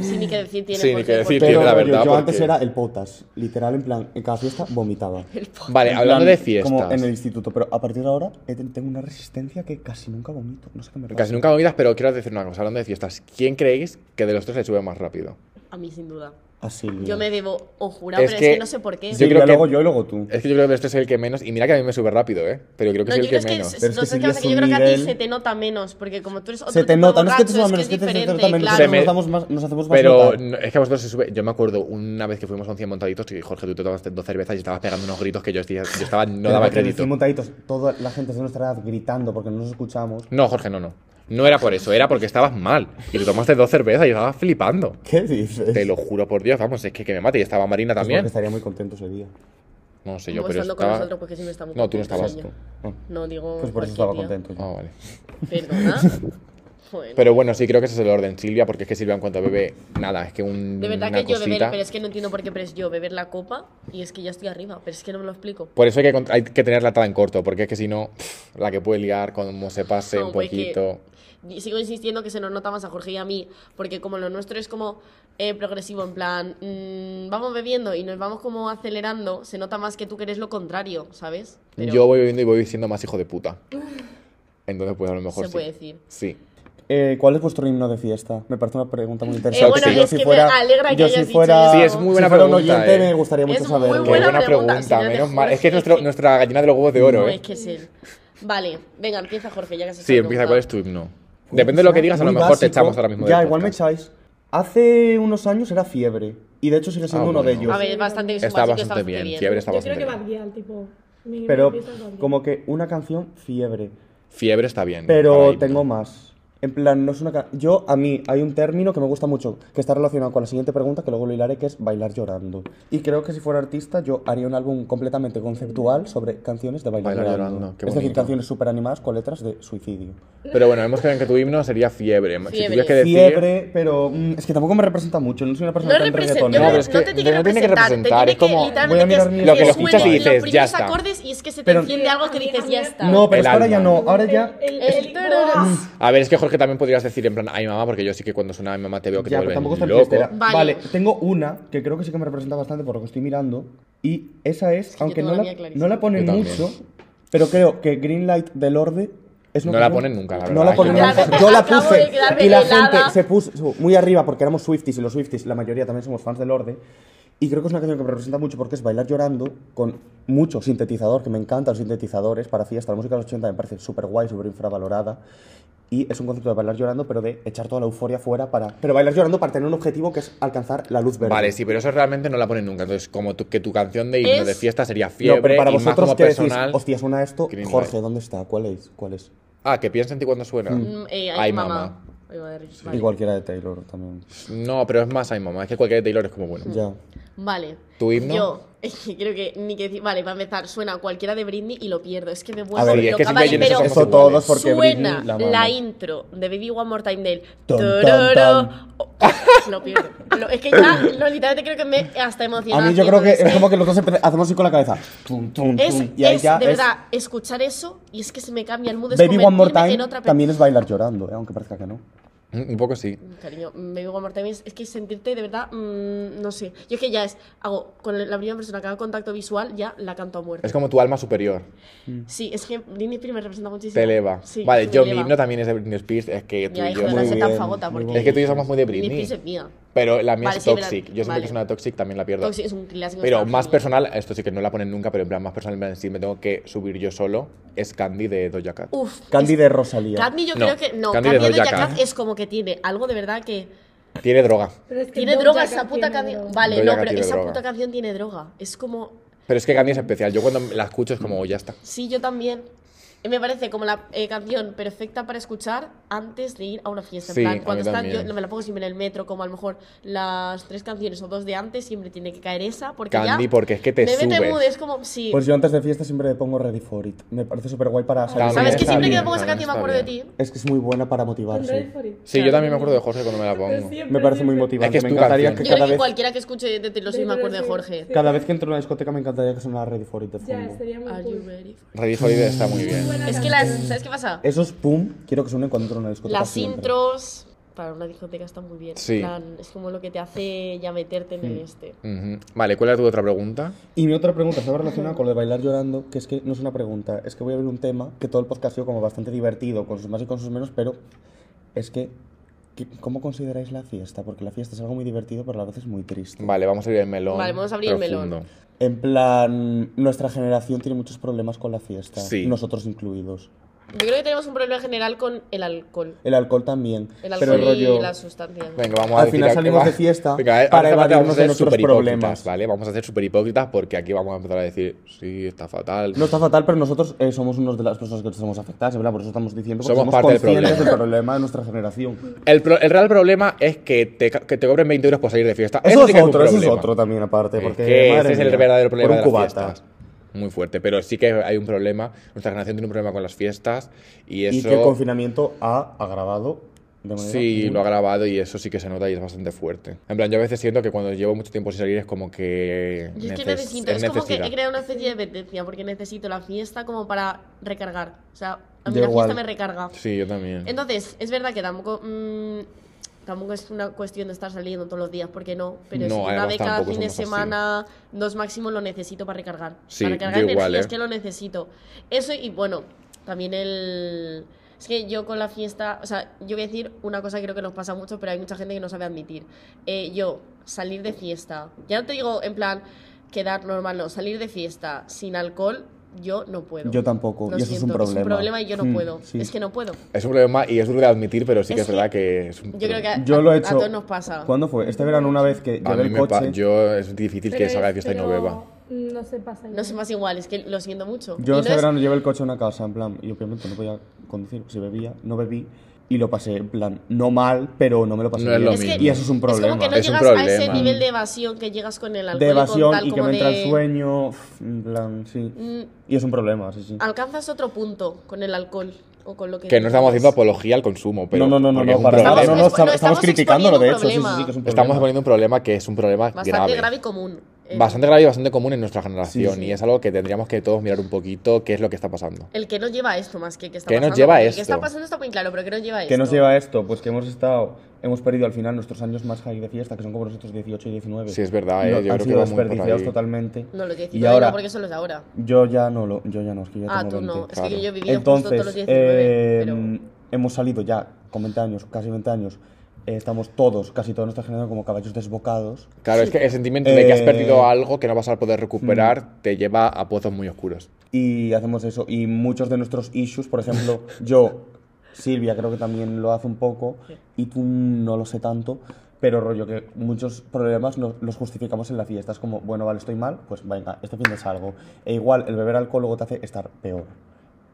Speaker 2: Sin ni que decir tiene.
Speaker 1: Sí, ni
Speaker 2: porque-
Speaker 1: que decir
Speaker 2: porque-
Speaker 1: tiene,
Speaker 3: Pero
Speaker 1: la
Speaker 3: yo-
Speaker 1: verdad,
Speaker 3: yo,
Speaker 1: porque-
Speaker 3: antes era el potas. Literal, en plan, en cada fiesta vomitaba.
Speaker 1: Vale,
Speaker 3: En
Speaker 1: hablando
Speaker 3: plan,
Speaker 1: de fiestas.
Speaker 3: Como en el instituto, pero a partir de ahora he ten- tengo una resistencia que casi nunca vomito. No sé qué me
Speaker 1: Casi
Speaker 3: pasa.
Speaker 1: nunca movidas, pero quiero decir una cosa. Hablando de fiestas, ¿quién creéis que de los tres le sube más rápido?
Speaker 2: A mí, sin duda.
Speaker 3: Así.
Speaker 2: Yo me debo o jurado,
Speaker 1: Mm. Es
Speaker 2: pero
Speaker 1: que
Speaker 2: es que no sé por qué.
Speaker 1: yo
Speaker 3: Yo
Speaker 1: creo que-
Speaker 3: luego yo y luego tú.
Speaker 1: Es que yo creo que de los tres soy el que menos. Y mira que a mí me sube rápido, ¿eh? Pero creo que
Speaker 2: No,
Speaker 1: soy
Speaker 2: yo
Speaker 1: el que
Speaker 2: creo que
Speaker 1: menos.
Speaker 2: es-
Speaker 3: Pero es
Speaker 2: no
Speaker 3: que
Speaker 2: sé
Speaker 3: si
Speaker 2: qué pasa,
Speaker 3: ves
Speaker 2: que yo
Speaker 3: un
Speaker 2: creo que a ti
Speaker 3: nivel-
Speaker 2: se te nota menos, porque como tú eres otro
Speaker 3: Se te
Speaker 2: tipo de
Speaker 3: nota, no es que
Speaker 2: borracho,
Speaker 3: te suba menos, es que te
Speaker 2: diferente,
Speaker 3: nota menos.
Speaker 2: claro.
Speaker 1: Se
Speaker 3: Nos,
Speaker 1: me-
Speaker 3: damos más, nos hacemos más
Speaker 1: Pero
Speaker 3: notar.
Speaker 1: no, es que a vosotros se sube. Yo me acuerdo una vez que fuimos a un 100 montaditos que Jorge, tú te tomaste dos cervezas y estabas pegando unos gritos que yo, yo estaba, no
Speaker 3: Pero
Speaker 1: daba
Speaker 3: porque
Speaker 1: crédito.
Speaker 3: decimos, taditos, toda la gente de nuestra edad gritando porque no nos escuchamos.
Speaker 1: No, Jorge, no, no. No era por eso, era porque estabas mal. Y te tomaste dos cervezas y estabas flipando.
Speaker 3: ¿Qué dices?
Speaker 1: Te lo juro por Dios, vamos, es que, que me mate. Y estaba Marina
Speaker 3: Pues porque
Speaker 1: también.
Speaker 3: estaría muy contento ese día.
Speaker 1: No sé yo,
Speaker 2: Vos
Speaker 1: pero
Speaker 2: estando con
Speaker 1: estaba...
Speaker 2: nosotros, pues porque siempre estamos
Speaker 1: No, tú no estabas
Speaker 2: contentos, niña.
Speaker 1: tú.
Speaker 2: pues, No, digo.
Speaker 3: Pues por eso estaba
Speaker 2: cualquier día.
Speaker 3: contento. yo.
Speaker 1: Ah, vale.
Speaker 2: Perdona. Bueno.
Speaker 1: Pero bueno, sí, creo que ese es el orden, Silvia, porque es que Silvia en cuanto bebe, nada, es que un,
Speaker 2: de verdad
Speaker 1: una
Speaker 2: que yo beber,
Speaker 1: cosita...
Speaker 2: pero es que no entiendo por qué, pero es yo beber la copa y es que ya estoy arriba, pero es que no me lo explico.
Speaker 1: Por eso hay que, con- hay que tenerla atada en corto, porque es que si no, pff, la que puede liar, como se pase un
Speaker 2: No, pues, que
Speaker 1: poquito...
Speaker 2: y sigo insistiendo que se nos nota más a Jorge y a mí, porque como lo nuestro es como eh, progresivo, en plan, mm, vamos bebiendo y nos vamos como acelerando, se nota más que tú que eres lo contrario, ¿sabes? Pero
Speaker 1: Yo voy bebiendo y voy siendo más hijo de puta. Entonces, pues a lo mejor
Speaker 2: se
Speaker 1: sí.
Speaker 2: puede decir.
Speaker 1: Sí.
Speaker 3: Eh, ¿cuál es vuestro himno de fiesta? Me parece una pregunta muy interesante.
Speaker 1: bueno,
Speaker 3: yo
Speaker 2: Eh, es
Speaker 3: si
Speaker 2: que me
Speaker 3: fuera,
Speaker 2: alegra que
Speaker 3: yo
Speaker 2: hayas
Speaker 3: si
Speaker 2: dicho
Speaker 3: fuera,
Speaker 2: eso. Sí,
Speaker 1: es muy buena
Speaker 3: si fuera un
Speaker 1: pregunta,
Speaker 3: oyente
Speaker 1: eh.
Speaker 3: me gustaría mucho
Speaker 2: Es muy
Speaker 3: saberlo.
Speaker 1: Qué buena pregunta,
Speaker 2: si no te
Speaker 1: menos
Speaker 2: juro
Speaker 1: mal. Es que es
Speaker 2: que-
Speaker 1: nuestro- nuestra gallina de los huevos de oro,
Speaker 2: no
Speaker 1: ¿eh?
Speaker 2: es que es él. Vale, venga, empieza Jorge, ya que has hecho
Speaker 1: Sí,
Speaker 2: la
Speaker 1: empieza,
Speaker 2: pregunta.
Speaker 1: ¿cuál es tu himno? Depende de lo que digas, a lo
Speaker 3: Pues Muy
Speaker 1: mejor te
Speaker 3: básico.
Speaker 1: echamos ahora mismo.
Speaker 3: Ya,
Speaker 1: del
Speaker 3: igual me
Speaker 1: podcast.
Speaker 3: echáis. Hace unos años era fiebre. Y de hecho sigue siendo
Speaker 1: Ah,
Speaker 3: uno
Speaker 1: bueno.
Speaker 3: de ellos.
Speaker 2: A ver, bastante es un
Speaker 1: Está
Speaker 2: básico,
Speaker 1: bastante bien, Fiebre está
Speaker 4: Yo creo
Speaker 1: bastante
Speaker 4: que
Speaker 1: bien.
Speaker 4: Bad Gyal, tipo. mínimo
Speaker 3: Pero
Speaker 4: empieza con Bad
Speaker 3: como que una canción fiebre.
Speaker 1: Fiebre está bien. para
Speaker 3: Pero
Speaker 1: ir.
Speaker 3: tengo más. En plan, no es una... ca- Yo, a mí, hay un término que me gusta mucho, que está relacionado con la siguiente pregunta, que luego lo hilaré, que es bailar llorando. Y creo que si fuera artista, yo haría un álbum completamente conceptual sobre canciones de bailar,
Speaker 1: Bailar
Speaker 3: llorando.
Speaker 1: llorando, qué
Speaker 3: Es decir,
Speaker 1: bonito.
Speaker 3: canciones súper animadas con letras de suicidio.
Speaker 1: Pero bueno, hemos creído que tu himno sería fiebre. Si
Speaker 2: Fiebre.
Speaker 1: tuvieras que decir.
Speaker 3: Fiebre, pero mm, es que tampoco me representa mucho, no soy una persona
Speaker 2: No,
Speaker 3: tan
Speaker 2: representa- yo
Speaker 3: reggaetonera.
Speaker 1: No,
Speaker 2: creo-
Speaker 1: pero es
Speaker 2: no
Speaker 1: que
Speaker 2: te tiene que
Speaker 1: no tiene que representar,
Speaker 2: representar, te tiene
Speaker 1: es como-
Speaker 2: que
Speaker 3: Voy a
Speaker 2: literalmente
Speaker 3: mirar
Speaker 2: que
Speaker 3: mi-
Speaker 2: es-
Speaker 3: Lo
Speaker 1: que lo escuchas y
Speaker 2: suene
Speaker 1: dices, "Ya
Speaker 2: los primeros
Speaker 1: está".
Speaker 2: acordes y es que se te
Speaker 3: Pero-
Speaker 2: enciende algo que dices, ya está.
Speaker 3: No, pero
Speaker 1: El
Speaker 3: es que ahora ya
Speaker 1: alma.
Speaker 3: no, ahora ya...
Speaker 4: El, el,
Speaker 2: El-
Speaker 4: el-
Speaker 2: Mm.
Speaker 1: A ver, es que Jorge también podrías decir en plan, ay mamá, porque yo sí que cuando suena mi mamá te veo que
Speaker 3: Ya,
Speaker 1: te
Speaker 3: pero
Speaker 1: vuelves
Speaker 3: tampoco está en
Speaker 1: loco.
Speaker 3: fiestera.
Speaker 2: Vale.
Speaker 3: Vale, tengo una que creo que sí que me representa bastante por lo que estoy mirando. Y esa es,
Speaker 2: yo
Speaker 3: aunque
Speaker 2: tengo
Speaker 3: no
Speaker 2: la
Speaker 3: la,
Speaker 2: mía clarísima.
Speaker 3: no la ponen
Speaker 1: Yo también.
Speaker 3: mucho, pero creo que Green Light del Orde es una
Speaker 1: No la
Speaker 3: canción-
Speaker 1: ponen nunca, la
Speaker 3: No
Speaker 1: verdad.
Speaker 3: la ponen
Speaker 1: Literalmente
Speaker 3: nunca. Yo la
Speaker 2: acabo de
Speaker 3: puse
Speaker 2: quedarme
Speaker 3: y la
Speaker 2: helada.
Speaker 3: gente se puso muy arriba porque éramos Swifties y los Swifties, la mayoría también somos fans del Orde. Y creo que es una canción que me representa mucho porque es bailar llorando con mucho sintetizador, que me encantan los sintetizadores para fiesta. La música de los 80 me parece súper guay, súper infravalorada. Y es un concepto de bailar llorando, pero de echar toda la euforia fuera para... Pero bailar llorando para tener un objetivo que es alcanzar la luz verde.
Speaker 1: Vale, sí, pero eso realmente no la ponen nunca. Entonces, como tu- que tu canción de himno
Speaker 2: Es-
Speaker 1: de fiesta sería
Speaker 3: No, pero
Speaker 1: fiebre
Speaker 3: para
Speaker 1: y más
Speaker 3: vosotros
Speaker 1: como
Speaker 3: que decís,
Speaker 1: personal.
Speaker 3: hostia, suena esto,
Speaker 1: Green
Speaker 3: Jorge,
Speaker 1: Light.
Speaker 3: ¿dónde está? ¿Cuál es? ¿Cuál es?
Speaker 1: Ah, que piensa en ti cuando suena.
Speaker 2: Mm, eh, ay, mamá. Ay, madre, vale.
Speaker 3: Y cualquiera de Taylor también.
Speaker 1: No, pero es más ay mamá. Es que cualquier de Taylor es como bueno.
Speaker 2: Mm.
Speaker 3: Ya.
Speaker 2: Vale.
Speaker 1: ¿Tu himno?
Speaker 2: Yo, es que creo que ni que decir. Vale, para empezar, suena cualquiera de Britney y lo pierdo. Es que me vuelvo
Speaker 1: ver,
Speaker 2: loca.
Speaker 1: es que siempre
Speaker 2: vale,
Speaker 1: hay en esos
Speaker 2: pero
Speaker 1: somos
Speaker 3: Eso
Speaker 1: iguales.
Speaker 3: todos porque
Speaker 2: suena
Speaker 3: Britney
Speaker 2: la,
Speaker 3: la, mama.
Speaker 2: intro de Baby One More Time del...
Speaker 3: Tan, tan,
Speaker 2: Tororo.
Speaker 3: tan.
Speaker 2: Oh, lo pierdo. Lo- es que ya, no, literalmente creo que me hasta
Speaker 3: A
Speaker 2: emociona.
Speaker 3: mí yo creo que es
Speaker 2: haciendo
Speaker 3: como que los dos empe- hacemos así con la cabeza. Tum, tum,
Speaker 2: este. Es,
Speaker 3: tum, y ahí
Speaker 2: es,
Speaker 3: ya
Speaker 2: de
Speaker 3: es-
Speaker 2: verdad, escuchar eso y es que se me cambia el mood. es
Speaker 3: Baby One More
Speaker 2: convertirme
Speaker 3: Time
Speaker 2: en otra pe-
Speaker 3: también es bailar llorando, eh, aunque parezca que no.
Speaker 1: Mm, Un poco sí.
Speaker 2: Cariño, mm, me digo amor también, es es que sentirte de verdad, mm, no sé. Yo es que ya es, hago con la primera persona que hago contacto visual, ya la canto a muerte.
Speaker 1: Es como tu alma superior.
Speaker 2: Sí, es que Britney Spears me representa muchísimo.
Speaker 1: Te eleva.
Speaker 2: Sí,
Speaker 1: vale,
Speaker 2: me
Speaker 1: yo mi
Speaker 2: eleva.
Speaker 1: himno también es de Britney Spears. Es que tú
Speaker 2: Ya,
Speaker 1: y
Speaker 2: hijo
Speaker 1: yo.
Speaker 2: de la
Speaker 1: somos-
Speaker 3: muy
Speaker 2: seta
Speaker 3: bien,
Speaker 2: fagota,
Speaker 3: muy
Speaker 2: porque...
Speaker 3: bien.
Speaker 1: Es que tú y yo somos muy de
Speaker 2: Britney
Speaker 1: Britney.
Speaker 2: Spears es mía.
Speaker 1: Pero la mía
Speaker 2: Vale,
Speaker 1: es
Speaker 2: sí, es verdad.
Speaker 1: Toxic. Yo siempre
Speaker 2: Vale.
Speaker 1: que suena Toxic también la pierdo.
Speaker 2: Toxic es un clásico.
Speaker 1: Pero
Speaker 2: está
Speaker 1: más
Speaker 2: genial.
Speaker 1: personal, esto sí que no la ponen nunca, pero en plan más personal, en plan, si me tengo que subir yo solo, es Candy de Doja Cat.
Speaker 2: Uf.
Speaker 3: Candy
Speaker 2: es-
Speaker 3: de Rosalía.
Speaker 2: Candy yo
Speaker 1: No,
Speaker 2: creo que... No,
Speaker 1: Candy
Speaker 2: Candy,
Speaker 1: de
Speaker 2: de
Speaker 1: Doja
Speaker 2: Doja
Speaker 1: Cat.
Speaker 2: Cat es como que tiene algo de verdad que...
Speaker 1: Tiene droga.
Speaker 4: Pero es que
Speaker 2: Tiene
Speaker 4: Doja
Speaker 2: droga
Speaker 4: Cat
Speaker 2: esa puta
Speaker 4: tiene
Speaker 2: canción.
Speaker 4: droga.
Speaker 2: Vale,
Speaker 1: Doja
Speaker 2: no,
Speaker 1: Cat
Speaker 2: pero
Speaker 1: tiene
Speaker 2: esa
Speaker 1: droga.
Speaker 2: puta canción tiene droga. Es como...
Speaker 1: Pero es que Candy es especial. Yo cuando la escucho es como, oh, ya está.
Speaker 2: Sí, yo también. Eh, Me parece como la eh, canción perfecta para escuchar antes de ir a una fiesta. En
Speaker 1: Sí, a
Speaker 2: plan,
Speaker 1: mí
Speaker 2: cuando están, yo
Speaker 1: también.
Speaker 2: me la pongo siempre en el metro, como a lo mejor las tres canciones o dos de antes, siempre tiene que caer esa, porque
Speaker 1: Candy,
Speaker 2: ya
Speaker 1: porque es que te
Speaker 2: me mete
Speaker 1: subes.
Speaker 2: mood, es como, sí.
Speaker 3: Pues yo antes de fiesta siempre pongo Ready for It. Me parece súper guay para salir.
Speaker 1: También
Speaker 2: Ah, ¿Sabes que
Speaker 1: está
Speaker 2: siempre que
Speaker 1: bien,
Speaker 2: me pongo esa
Speaker 1: también
Speaker 2: canción me
Speaker 1: está
Speaker 2: acuerdo de ti?
Speaker 1: bien.
Speaker 3: Es que es muy buena para
Speaker 4: Con Ready
Speaker 3: motivarse.
Speaker 4: for It.
Speaker 1: Sí, yo también me acuerdo de Jorge cuando me la pongo.
Speaker 4: Pero siempre,
Speaker 3: Me parece muy
Speaker 4: siempre.
Speaker 3: motivante.
Speaker 1: Es que es
Speaker 3: me
Speaker 1: tu
Speaker 3: encantaría
Speaker 1: canción.
Speaker 2: Yo
Speaker 3: que
Speaker 2: creo
Speaker 3: cada
Speaker 2: que
Speaker 3: vez,
Speaker 2: cualquiera que escuche de Taylor Swift me acuerde de Jorge.
Speaker 3: cada vez que entro en una discoteca me encantaría que sonara Ready for It de
Speaker 4: Ya,
Speaker 3: fondo.
Speaker 4: sería muy
Speaker 2: Are you
Speaker 4: cool.
Speaker 2: ready?
Speaker 1: Ready for It está muy bien.
Speaker 4: Buena
Speaker 2: Es que
Speaker 4: canción.
Speaker 2: las, ¿sabes qué pasa?
Speaker 3: Esos pum, quiero que suenen cuando entro en una discoteca.
Speaker 2: Las
Speaker 3: siempre.
Speaker 2: intros para una discoteca están muy bien.
Speaker 1: Sí. Hmm.
Speaker 2: En plan, es como lo que te hace ya meterte en el este.
Speaker 1: Ujú. Vale, ¿cuál era tu otra pregunta?
Speaker 3: Y mi otra pregunta estaba relacionada con lo de bailar llorando, que es que no es una pregunta, es que voy a abrir un tema que todo el podcast ha sido como bastante divertido, con sus más y con sus menos, pero es que, que- ¿cómo consideráis la fiesta? Porque la fiesta es algo muy divertido, pero a veces muy triste.
Speaker 1: Vale, vamos a abrir el melón.
Speaker 2: Vale, vamos a abrir el melón.
Speaker 1: profundo.
Speaker 3: En plan, nuestra generación tiene muchos problemas con la fiesta,
Speaker 1: Sí.
Speaker 3: nosotros incluidos.
Speaker 2: Yo creo que tenemos un problema general con el alcohol.
Speaker 3: El alcohol también,
Speaker 2: El alcohol
Speaker 3: pero el rollo...
Speaker 2: y las sustancias.
Speaker 1: Venga, vamos a
Speaker 3: Al
Speaker 1: decir
Speaker 3: final
Speaker 1: a-
Speaker 3: salimos de fiesta
Speaker 1: Venga, eh, ahora vamos
Speaker 3: para
Speaker 1: a
Speaker 3: evadirnos de
Speaker 1: ser
Speaker 3: nuestros
Speaker 1: superhipócritas,
Speaker 3: problemas.
Speaker 1: Vale, vamos a ser súper hipócritas porque aquí vamos a empezar a decir, sí, está fatal.
Speaker 3: No está fatal, pero nosotros eh, somos una de las personas que estamos afectadas, ¿verdad? Por eso estamos diciendo que
Speaker 1: Somos
Speaker 3: somos,
Speaker 1: parte del
Speaker 3: conscientes
Speaker 1: problema.
Speaker 3: del problema de nuestra generación.
Speaker 1: El, pro- el real problema es que te, ca- que te cobren 20 euros por salir de fiesta.
Speaker 3: Eso
Speaker 1: sí
Speaker 3: es
Speaker 1: que un
Speaker 3: otro, eso es
Speaker 1: problema.
Speaker 3: otro también aparte,
Speaker 1: Es
Speaker 3: porque
Speaker 1: que
Speaker 3: madre
Speaker 1: ese es el
Speaker 3: mía,
Speaker 1: verdadero problema
Speaker 3: por
Speaker 1: de
Speaker 3: un
Speaker 1: las
Speaker 3: cubata.
Speaker 1: fiestas. Muy fuerte, pero sí que hay un problema. Nuestra generación tiene un problema con las fiestas y eso
Speaker 3: Y que el confinamiento ha agravado de manera
Speaker 1: sí
Speaker 3: muy-
Speaker 1: lo ha grabado y eso sí que se nota y es bastante fuerte. En plan, yo a veces siento que cuando llevo mucho tiempo sin salir es como que
Speaker 2: Yo es
Speaker 1: neces-
Speaker 2: que necesito,
Speaker 1: es
Speaker 2: es como que
Speaker 1: necesidad.
Speaker 2: he creado una especie de dependencia porque necesito la fiesta como para recargar. O sea, a mí
Speaker 3: Yo
Speaker 2: la
Speaker 3: igual.
Speaker 2: fiesta me recarga.
Speaker 1: Sí, yo también.
Speaker 2: Entonces, es verdad que tampoco mm, tampoco es una cuestión de estar saliendo todos los días, porque no, pero
Speaker 1: No,
Speaker 2: es una
Speaker 1: además
Speaker 2: vez cada
Speaker 1: tampoco
Speaker 2: fin de
Speaker 1: somos así.
Speaker 2: semana, dos máximo lo necesito para recargar.
Speaker 1: Sí,
Speaker 2: para recargar
Speaker 1: yo igual,
Speaker 2: energías
Speaker 1: ¿eh?
Speaker 2: que lo necesito. Eso y bueno, también el es que yo con la fiesta, o sea, yo voy a decir una cosa que creo que nos pasa mucho, pero hay mucha gente que no sabe admitir. Eh, yo salir de fiesta, ya no te digo en plan quedar normal, no, salir de fiesta sin alcohol yo no puedo.
Speaker 3: Yo tampoco,
Speaker 2: Lo
Speaker 3: y eso es un
Speaker 2: siento,
Speaker 3: problema.
Speaker 2: y yo no
Speaker 1: Hmm.
Speaker 3: Mm,
Speaker 2: puedo.
Speaker 3: sí.
Speaker 2: Es que no puedo.
Speaker 1: Es un problema y es duro de admitir, pero sí que
Speaker 2: Es
Speaker 1: es,
Speaker 2: que
Speaker 1: verdad que es un
Speaker 2: Yo creo que a,
Speaker 3: Yo lo
Speaker 2: a-
Speaker 3: he
Speaker 2: a
Speaker 3: hecho.
Speaker 2: todos nos pasa.
Speaker 3: ¿Cuándo fue? Este verano una vez que
Speaker 1: a mí
Speaker 3: llevé el
Speaker 1: me pa-
Speaker 3: coche.
Speaker 1: yo es difícil que salga de fiesta y no
Speaker 4: pero
Speaker 1: beba.
Speaker 4: No se pasa.
Speaker 2: No es más igual, es que lo siento mucho.
Speaker 3: Yo
Speaker 2: Y
Speaker 3: este
Speaker 2: entonces,
Speaker 3: verano llevé el coche a una casa, en plan, y obviamente no podía conducir, si bebía, no bebí, y lo pasé, en plan, no mal, pero no me lo pasé
Speaker 1: No es
Speaker 3: bien.
Speaker 1: lo
Speaker 2: es que-
Speaker 1: mismo.
Speaker 3: Y eso es un problema.
Speaker 2: Es como que no
Speaker 1: Es un
Speaker 2: llegas a ese
Speaker 1: problema.
Speaker 2: nivel de evasión que llegas con el alcohol.
Speaker 3: de
Speaker 2: y con
Speaker 3: evasión
Speaker 2: tal
Speaker 3: y que
Speaker 2: como
Speaker 3: me entra
Speaker 2: de-
Speaker 3: el sueño, uf, en plan, sí.
Speaker 2: Mm,
Speaker 3: Y es un problema, sí, sí.
Speaker 2: Alcanzas otro punto con el alcohol o con lo que.
Speaker 1: Que no estamos haciendo
Speaker 2: consumes.
Speaker 1: apología al consumo, pero.
Speaker 3: no, no, no, no,
Speaker 1: porque es
Speaker 3: no,
Speaker 1: un
Speaker 3: para nada,
Speaker 1: problema.
Speaker 3: no, no,
Speaker 2: Estamos-
Speaker 3: estamos,
Speaker 2: lo estamos
Speaker 3: criticándolo, de hecho, sí, sí,
Speaker 2: exponiendo un
Speaker 3: sí, que es un problema.
Speaker 1: Estamos poniendo un problema que es un problema
Speaker 2: Bastante
Speaker 1: grave.
Speaker 2: grave y común. eh,
Speaker 1: Bastante grave y bastante común en nuestra generación.
Speaker 3: Sí, sí.
Speaker 1: Y es algo que tendríamos que todos mirar un poquito qué es lo que está pasando.
Speaker 2: El que nos lleva a esto más que el que está
Speaker 1: ¿Qué nos
Speaker 2: pasando.
Speaker 1: lleva a
Speaker 2: porque El que
Speaker 1: esto?
Speaker 2: está pasando está muy claro, pero que nos lleva a esto.
Speaker 3: ¿Qué nos lleva a esto? Pues que hemos estado, hemos perdido al final nuestros años más high de fiesta, que son como nosotros 18 y 19.
Speaker 1: Sí, es verdad, eh,
Speaker 3: No,
Speaker 1: yo creo
Speaker 3: han
Speaker 1: que
Speaker 3: sido
Speaker 1: va muy por
Speaker 3: desperdiciados
Speaker 1: ahí.
Speaker 3: totalmente.
Speaker 2: No, lo que decís,
Speaker 3: y
Speaker 2: ahora...
Speaker 3: ahora,
Speaker 2: porque solo es ahora.
Speaker 3: yo ya no lo, yo ya no, es que yo ya
Speaker 2: Ah,
Speaker 3: tengo
Speaker 2: tú no.
Speaker 3: 20.
Speaker 2: Es que
Speaker 1: claro.
Speaker 2: yo he vivido justo todos los
Speaker 3: Entonces,
Speaker 2: 19.
Speaker 3: eh,
Speaker 2: pero...
Speaker 3: hemos salido ya con 20 años, casi 20 años. eh, estamos todos, casi toda nuestra generación, como caballos desbocados.
Speaker 1: Claro, es que el sentimiento de que has
Speaker 3: Eh, mm.
Speaker 1: perdido algo que no vas a poder recuperar te lleva a pozos muy oscuros.
Speaker 3: Y hacemos eso. Y muchos de nuestros issues, por ejemplo, yo, Silvia, creo que también lo hace un poco, y tú no lo sé tanto, pero rollo que muchos problemas no- los justificamos en la fiesta. Es como, bueno, vale, estoy mal, pues venga, este fin de salgo. E igual, el beber alcohol luego te hace estar peor.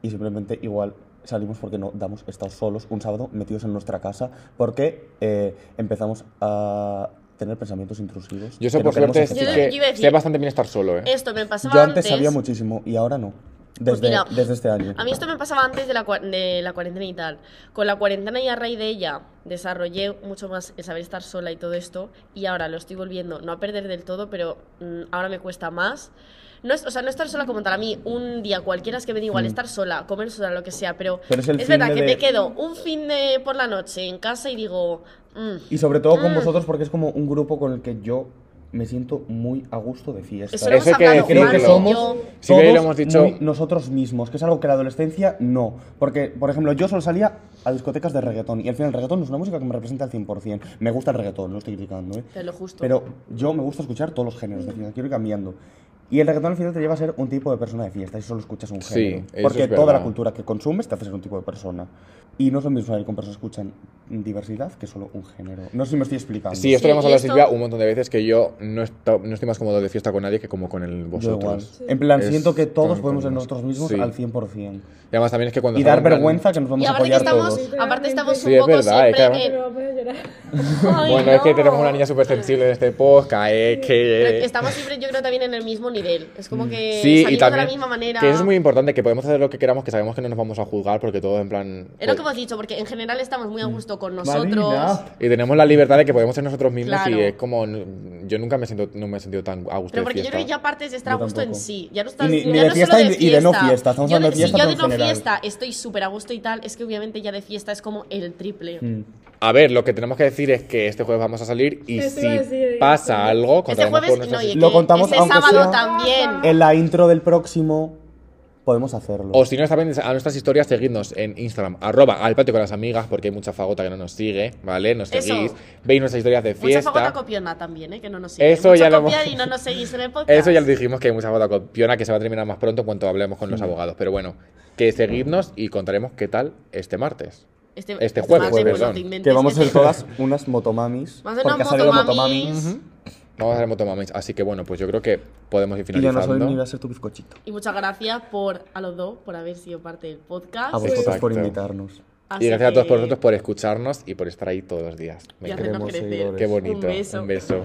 Speaker 3: Y simplemente igual salimos porque no damos estados solos un sábado metidos en nuestra casa porque eh, empezamos a tener pensamientos intrusivos.
Speaker 1: Yo eso
Speaker 3: que no
Speaker 1: por suerte
Speaker 3: queremos
Speaker 1: sí
Speaker 2: Yo-
Speaker 3: ejercitar.
Speaker 2: yo iba a
Speaker 1: que
Speaker 2: decir-
Speaker 1: sé bastante bien estar solo, ¿eh?
Speaker 2: Esto me pasaba
Speaker 3: Yo antes sabía muchísimo y ahora no.
Speaker 2: Pues
Speaker 3: Desde,
Speaker 2: mira,
Speaker 3: desde este año.
Speaker 2: A mí esto me pasaba antes de la, cua- de la cuarentena y tal. Con la cuarentena y a raíz de ella desarrollé mucho más el saber estar sola y todo esto. Y ahora lo estoy volviendo, no a perder del todo, pero mm, ahora me cuesta más. No es, o sea, no estar sola como tal. A mí, un día cualquiera es que me da igual
Speaker 3: Mm.
Speaker 2: estar sola, comer sola, lo que sea. Pero,
Speaker 3: Pero es el fin
Speaker 2: verdad
Speaker 3: de-
Speaker 2: que
Speaker 3: de-
Speaker 2: me quedo un fin de por la noche en casa y digo, mm,
Speaker 3: Y sobre todo con
Speaker 2: Mm.
Speaker 3: vosotros porque es como un grupo con el que yo me siento muy a gusto de fiesta.
Speaker 2: Eso lo hemos
Speaker 1: Eso hay que
Speaker 2: hablado,
Speaker 3: Creo
Speaker 2: Juan
Speaker 3: que
Speaker 2: y
Speaker 1: decirlo.
Speaker 3: somos
Speaker 2: yo.
Speaker 1: Sí, que
Speaker 3: todos
Speaker 1: lo hemos dicho.
Speaker 3: muy nosotros mismos, que es algo que la adolescencia no. Porque, por ejemplo, yo solo salía a discotecas de reggaetón y al final el reggaetón no es una música que me representa al 100%. Me gusta el reggaetón, no estoy criticando, ¿eh?
Speaker 2: que es lo justo.
Speaker 3: Pero yo me gusta escuchar todos los géneros de fiesta, quiero ir cambiando. Y el reggaetón al final te lleva a ser un tipo de persona de fiesta, y solo escuchas un
Speaker 1: Sí,
Speaker 3: género.
Speaker 1: eso
Speaker 3: porque
Speaker 1: es
Speaker 3: toda
Speaker 1: verdad.
Speaker 3: la cultura que consumes te hace ser un tipo de persona. Y no es lo mismo salir con personas que escuchan diversidad que solo un género. No sé si me estoy explicando.
Speaker 1: Sí, esto
Speaker 2: Sí,
Speaker 1: lo hemos
Speaker 2: y
Speaker 1: hablado
Speaker 2: esto-
Speaker 1: Silvia un montón de veces, que yo no, esto- no estoy más cómodo de fiesta con nadie que como con el
Speaker 3: Yo igual.
Speaker 1: vosotros.
Speaker 3: En plan,
Speaker 1: Es
Speaker 3: siento que todos
Speaker 1: tan
Speaker 3: podemos ser
Speaker 1: común.
Speaker 3: nosotros mismos
Speaker 1: Sí.
Speaker 3: al 100%.
Speaker 1: Y además también es que cuando...
Speaker 3: Y
Speaker 1: estamos
Speaker 3: dar
Speaker 1: en plan-
Speaker 3: vergüenza que nos
Speaker 2: y
Speaker 3: vamos a
Speaker 2: aparte que
Speaker 3: apoyar
Speaker 2: estamos,
Speaker 3: todos.
Speaker 2: aparte estamos un
Speaker 4: Sí,
Speaker 1: es
Speaker 2: poco
Speaker 1: verdad, es que
Speaker 2: siempre
Speaker 1: además-
Speaker 2: en-
Speaker 4: Pero voy a llorar.
Speaker 2: Ay,
Speaker 1: Bueno, es que
Speaker 2: no.
Speaker 1: tenemos una niña súper sensible en este podcast, es
Speaker 3: Eh,
Speaker 2: Pero
Speaker 1: que...
Speaker 2: Estamos siempre, yo creo, también en el mismo nivel. Es
Speaker 3: Mm.
Speaker 2: como que
Speaker 1: Sí, y
Speaker 2: salimos
Speaker 1: también...
Speaker 2: de la misma manera.
Speaker 1: Que eso es muy importante, que podemos hacer lo que queramos, que sabemos que no nos vamos a juzgar porque todo en plan...
Speaker 2: Es lo
Speaker 1: pues-
Speaker 2: que hemos dicho, porque en general estamos muy a gusto con nosotros.
Speaker 3: Marina.
Speaker 1: Y tenemos la libertad de que podemos ser nosotros mismos
Speaker 2: Claro.
Speaker 1: y es como... n- Yo nunca me siento, no me he sentido tan a gusto
Speaker 2: Pero
Speaker 1: de
Speaker 2: porque yo
Speaker 1: fiesta.
Speaker 2: creo que ya parte de estar a
Speaker 3: pues Yo
Speaker 2: gusto en
Speaker 3: tampoco.
Speaker 2: sí. Ya no estás.
Speaker 3: ni-
Speaker 2: ya
Speaker 3: ni
Speaker 2: no
Speaker 3: de
Speaker 2: solo
Speaker 3: fiesta
Speaker 2: de
Speaker 3: y de- y de no fiesta, estamos
Speaker 2: Yo
Speaker 3: hablando
Speaker 2: de-
Speaker 3: de fiesta,
Speaker 2: Si yo
Speaker 3: pero
Speaker 2: de
Speaker 3: en
Speaker 2: no
Speaker 3: general.
Speaker 2: fiesta estoy súper a gusto y tal, es que obviamente ya de fiesta es como el triple.
Speaker 3: Mm.
Speaker 1: A ver, lo que tenemos que decir es que este jueves vamos a salir y
Speaker 4: Eso
Speaker 1: si
Speaker 4: iba a decir,
Speaker 1: pasa
Speaker 4: eso.
Speaker 1: algo,
Speaker 2: Este
Speaker 1: contaremos
Speaker 2: jueves,
Speaker 1: con
Speaker 2: no,
Speaker 1: nuestras
Speaker 2: y es
Speaker 3: Lo
Speaker 2: que
Speaker 3: contamos,
Speaker 2: este
Speaker 3: aunque
Speaker 2: sábado
Speaker 3: sea-
Speaker 2: también.
Speaker 3: En la intro del próximo podemos hacerlo.
Speaker 1: O si no saben a nuestras historias, seguidnos en Instagram, arroba al patio con las amigas, porque hay mucha fagota que no nos sigue, ¿vale? Nos
Speaker 2: Eso.
Speaker 1: seguís, veis nuestras historias de
Speaker 2: Mucha fagota
Speaker 1: fiesta.
Speaker 2: copiona también, ¿eh? que no nos sigue.
Speaker 1: Eso
Speaker 2: Mucha
Speaker 1: ya lo hemos-
Speaker 2: copia y no nos seguís en el podcast.
Speaker 1: Eso ya lo dijimos que hay mucha fagota copiona que se va a terminar más pronto en cuanto hablemos con los abogados. Pero bueno, que seguidnos y contaremos qué tal este martes. este jueves,
Speaker 2: martes,
Speaker 1: perdón.
Speaker 2: bueno, te inventes,
Speaker 3: que vamos a ser
Speaker 2: este-
Speaker 3: todas unas motomamis.
Speaker 2: Vamos a ser
Speaker 3: porque
Speaker 2: unas
Speaker 3: ha salido
Speaker 2: motomamis.
Speaker 3: motomamis.
Speaker 1: Vamos a hacer motomamis, así que bueno, pues yo creo que podemos ir
Speaker 3: Y ya no soy
Speaker 1: finalizando.
Speaker 3: ni voy a ser tu bizcochito.
Speaker 2: Y muchas gracias por, a los dos por haber sido parte del podcast.
Speaker 3: A vosotros
Speaker 1: Ah, Exacto.
Speaker 3: por invitarnos.
Speaker 2: Así
Speaker 1: y gracias a todos
Speaker 2: que
Speaker 1: por vosotros por escucharnos y por estar ahí todos los días. Me
Speaker 2: Y
Speaker 1: encanta.
Speaker 2: hacernos
Speaker 3: Queremos
Speaker 2: crecer.
Speaker 3: seguidores.
Speaker 1: Qué bonito.
Speaker 2: Un beso.
Speaker 1: Un beso.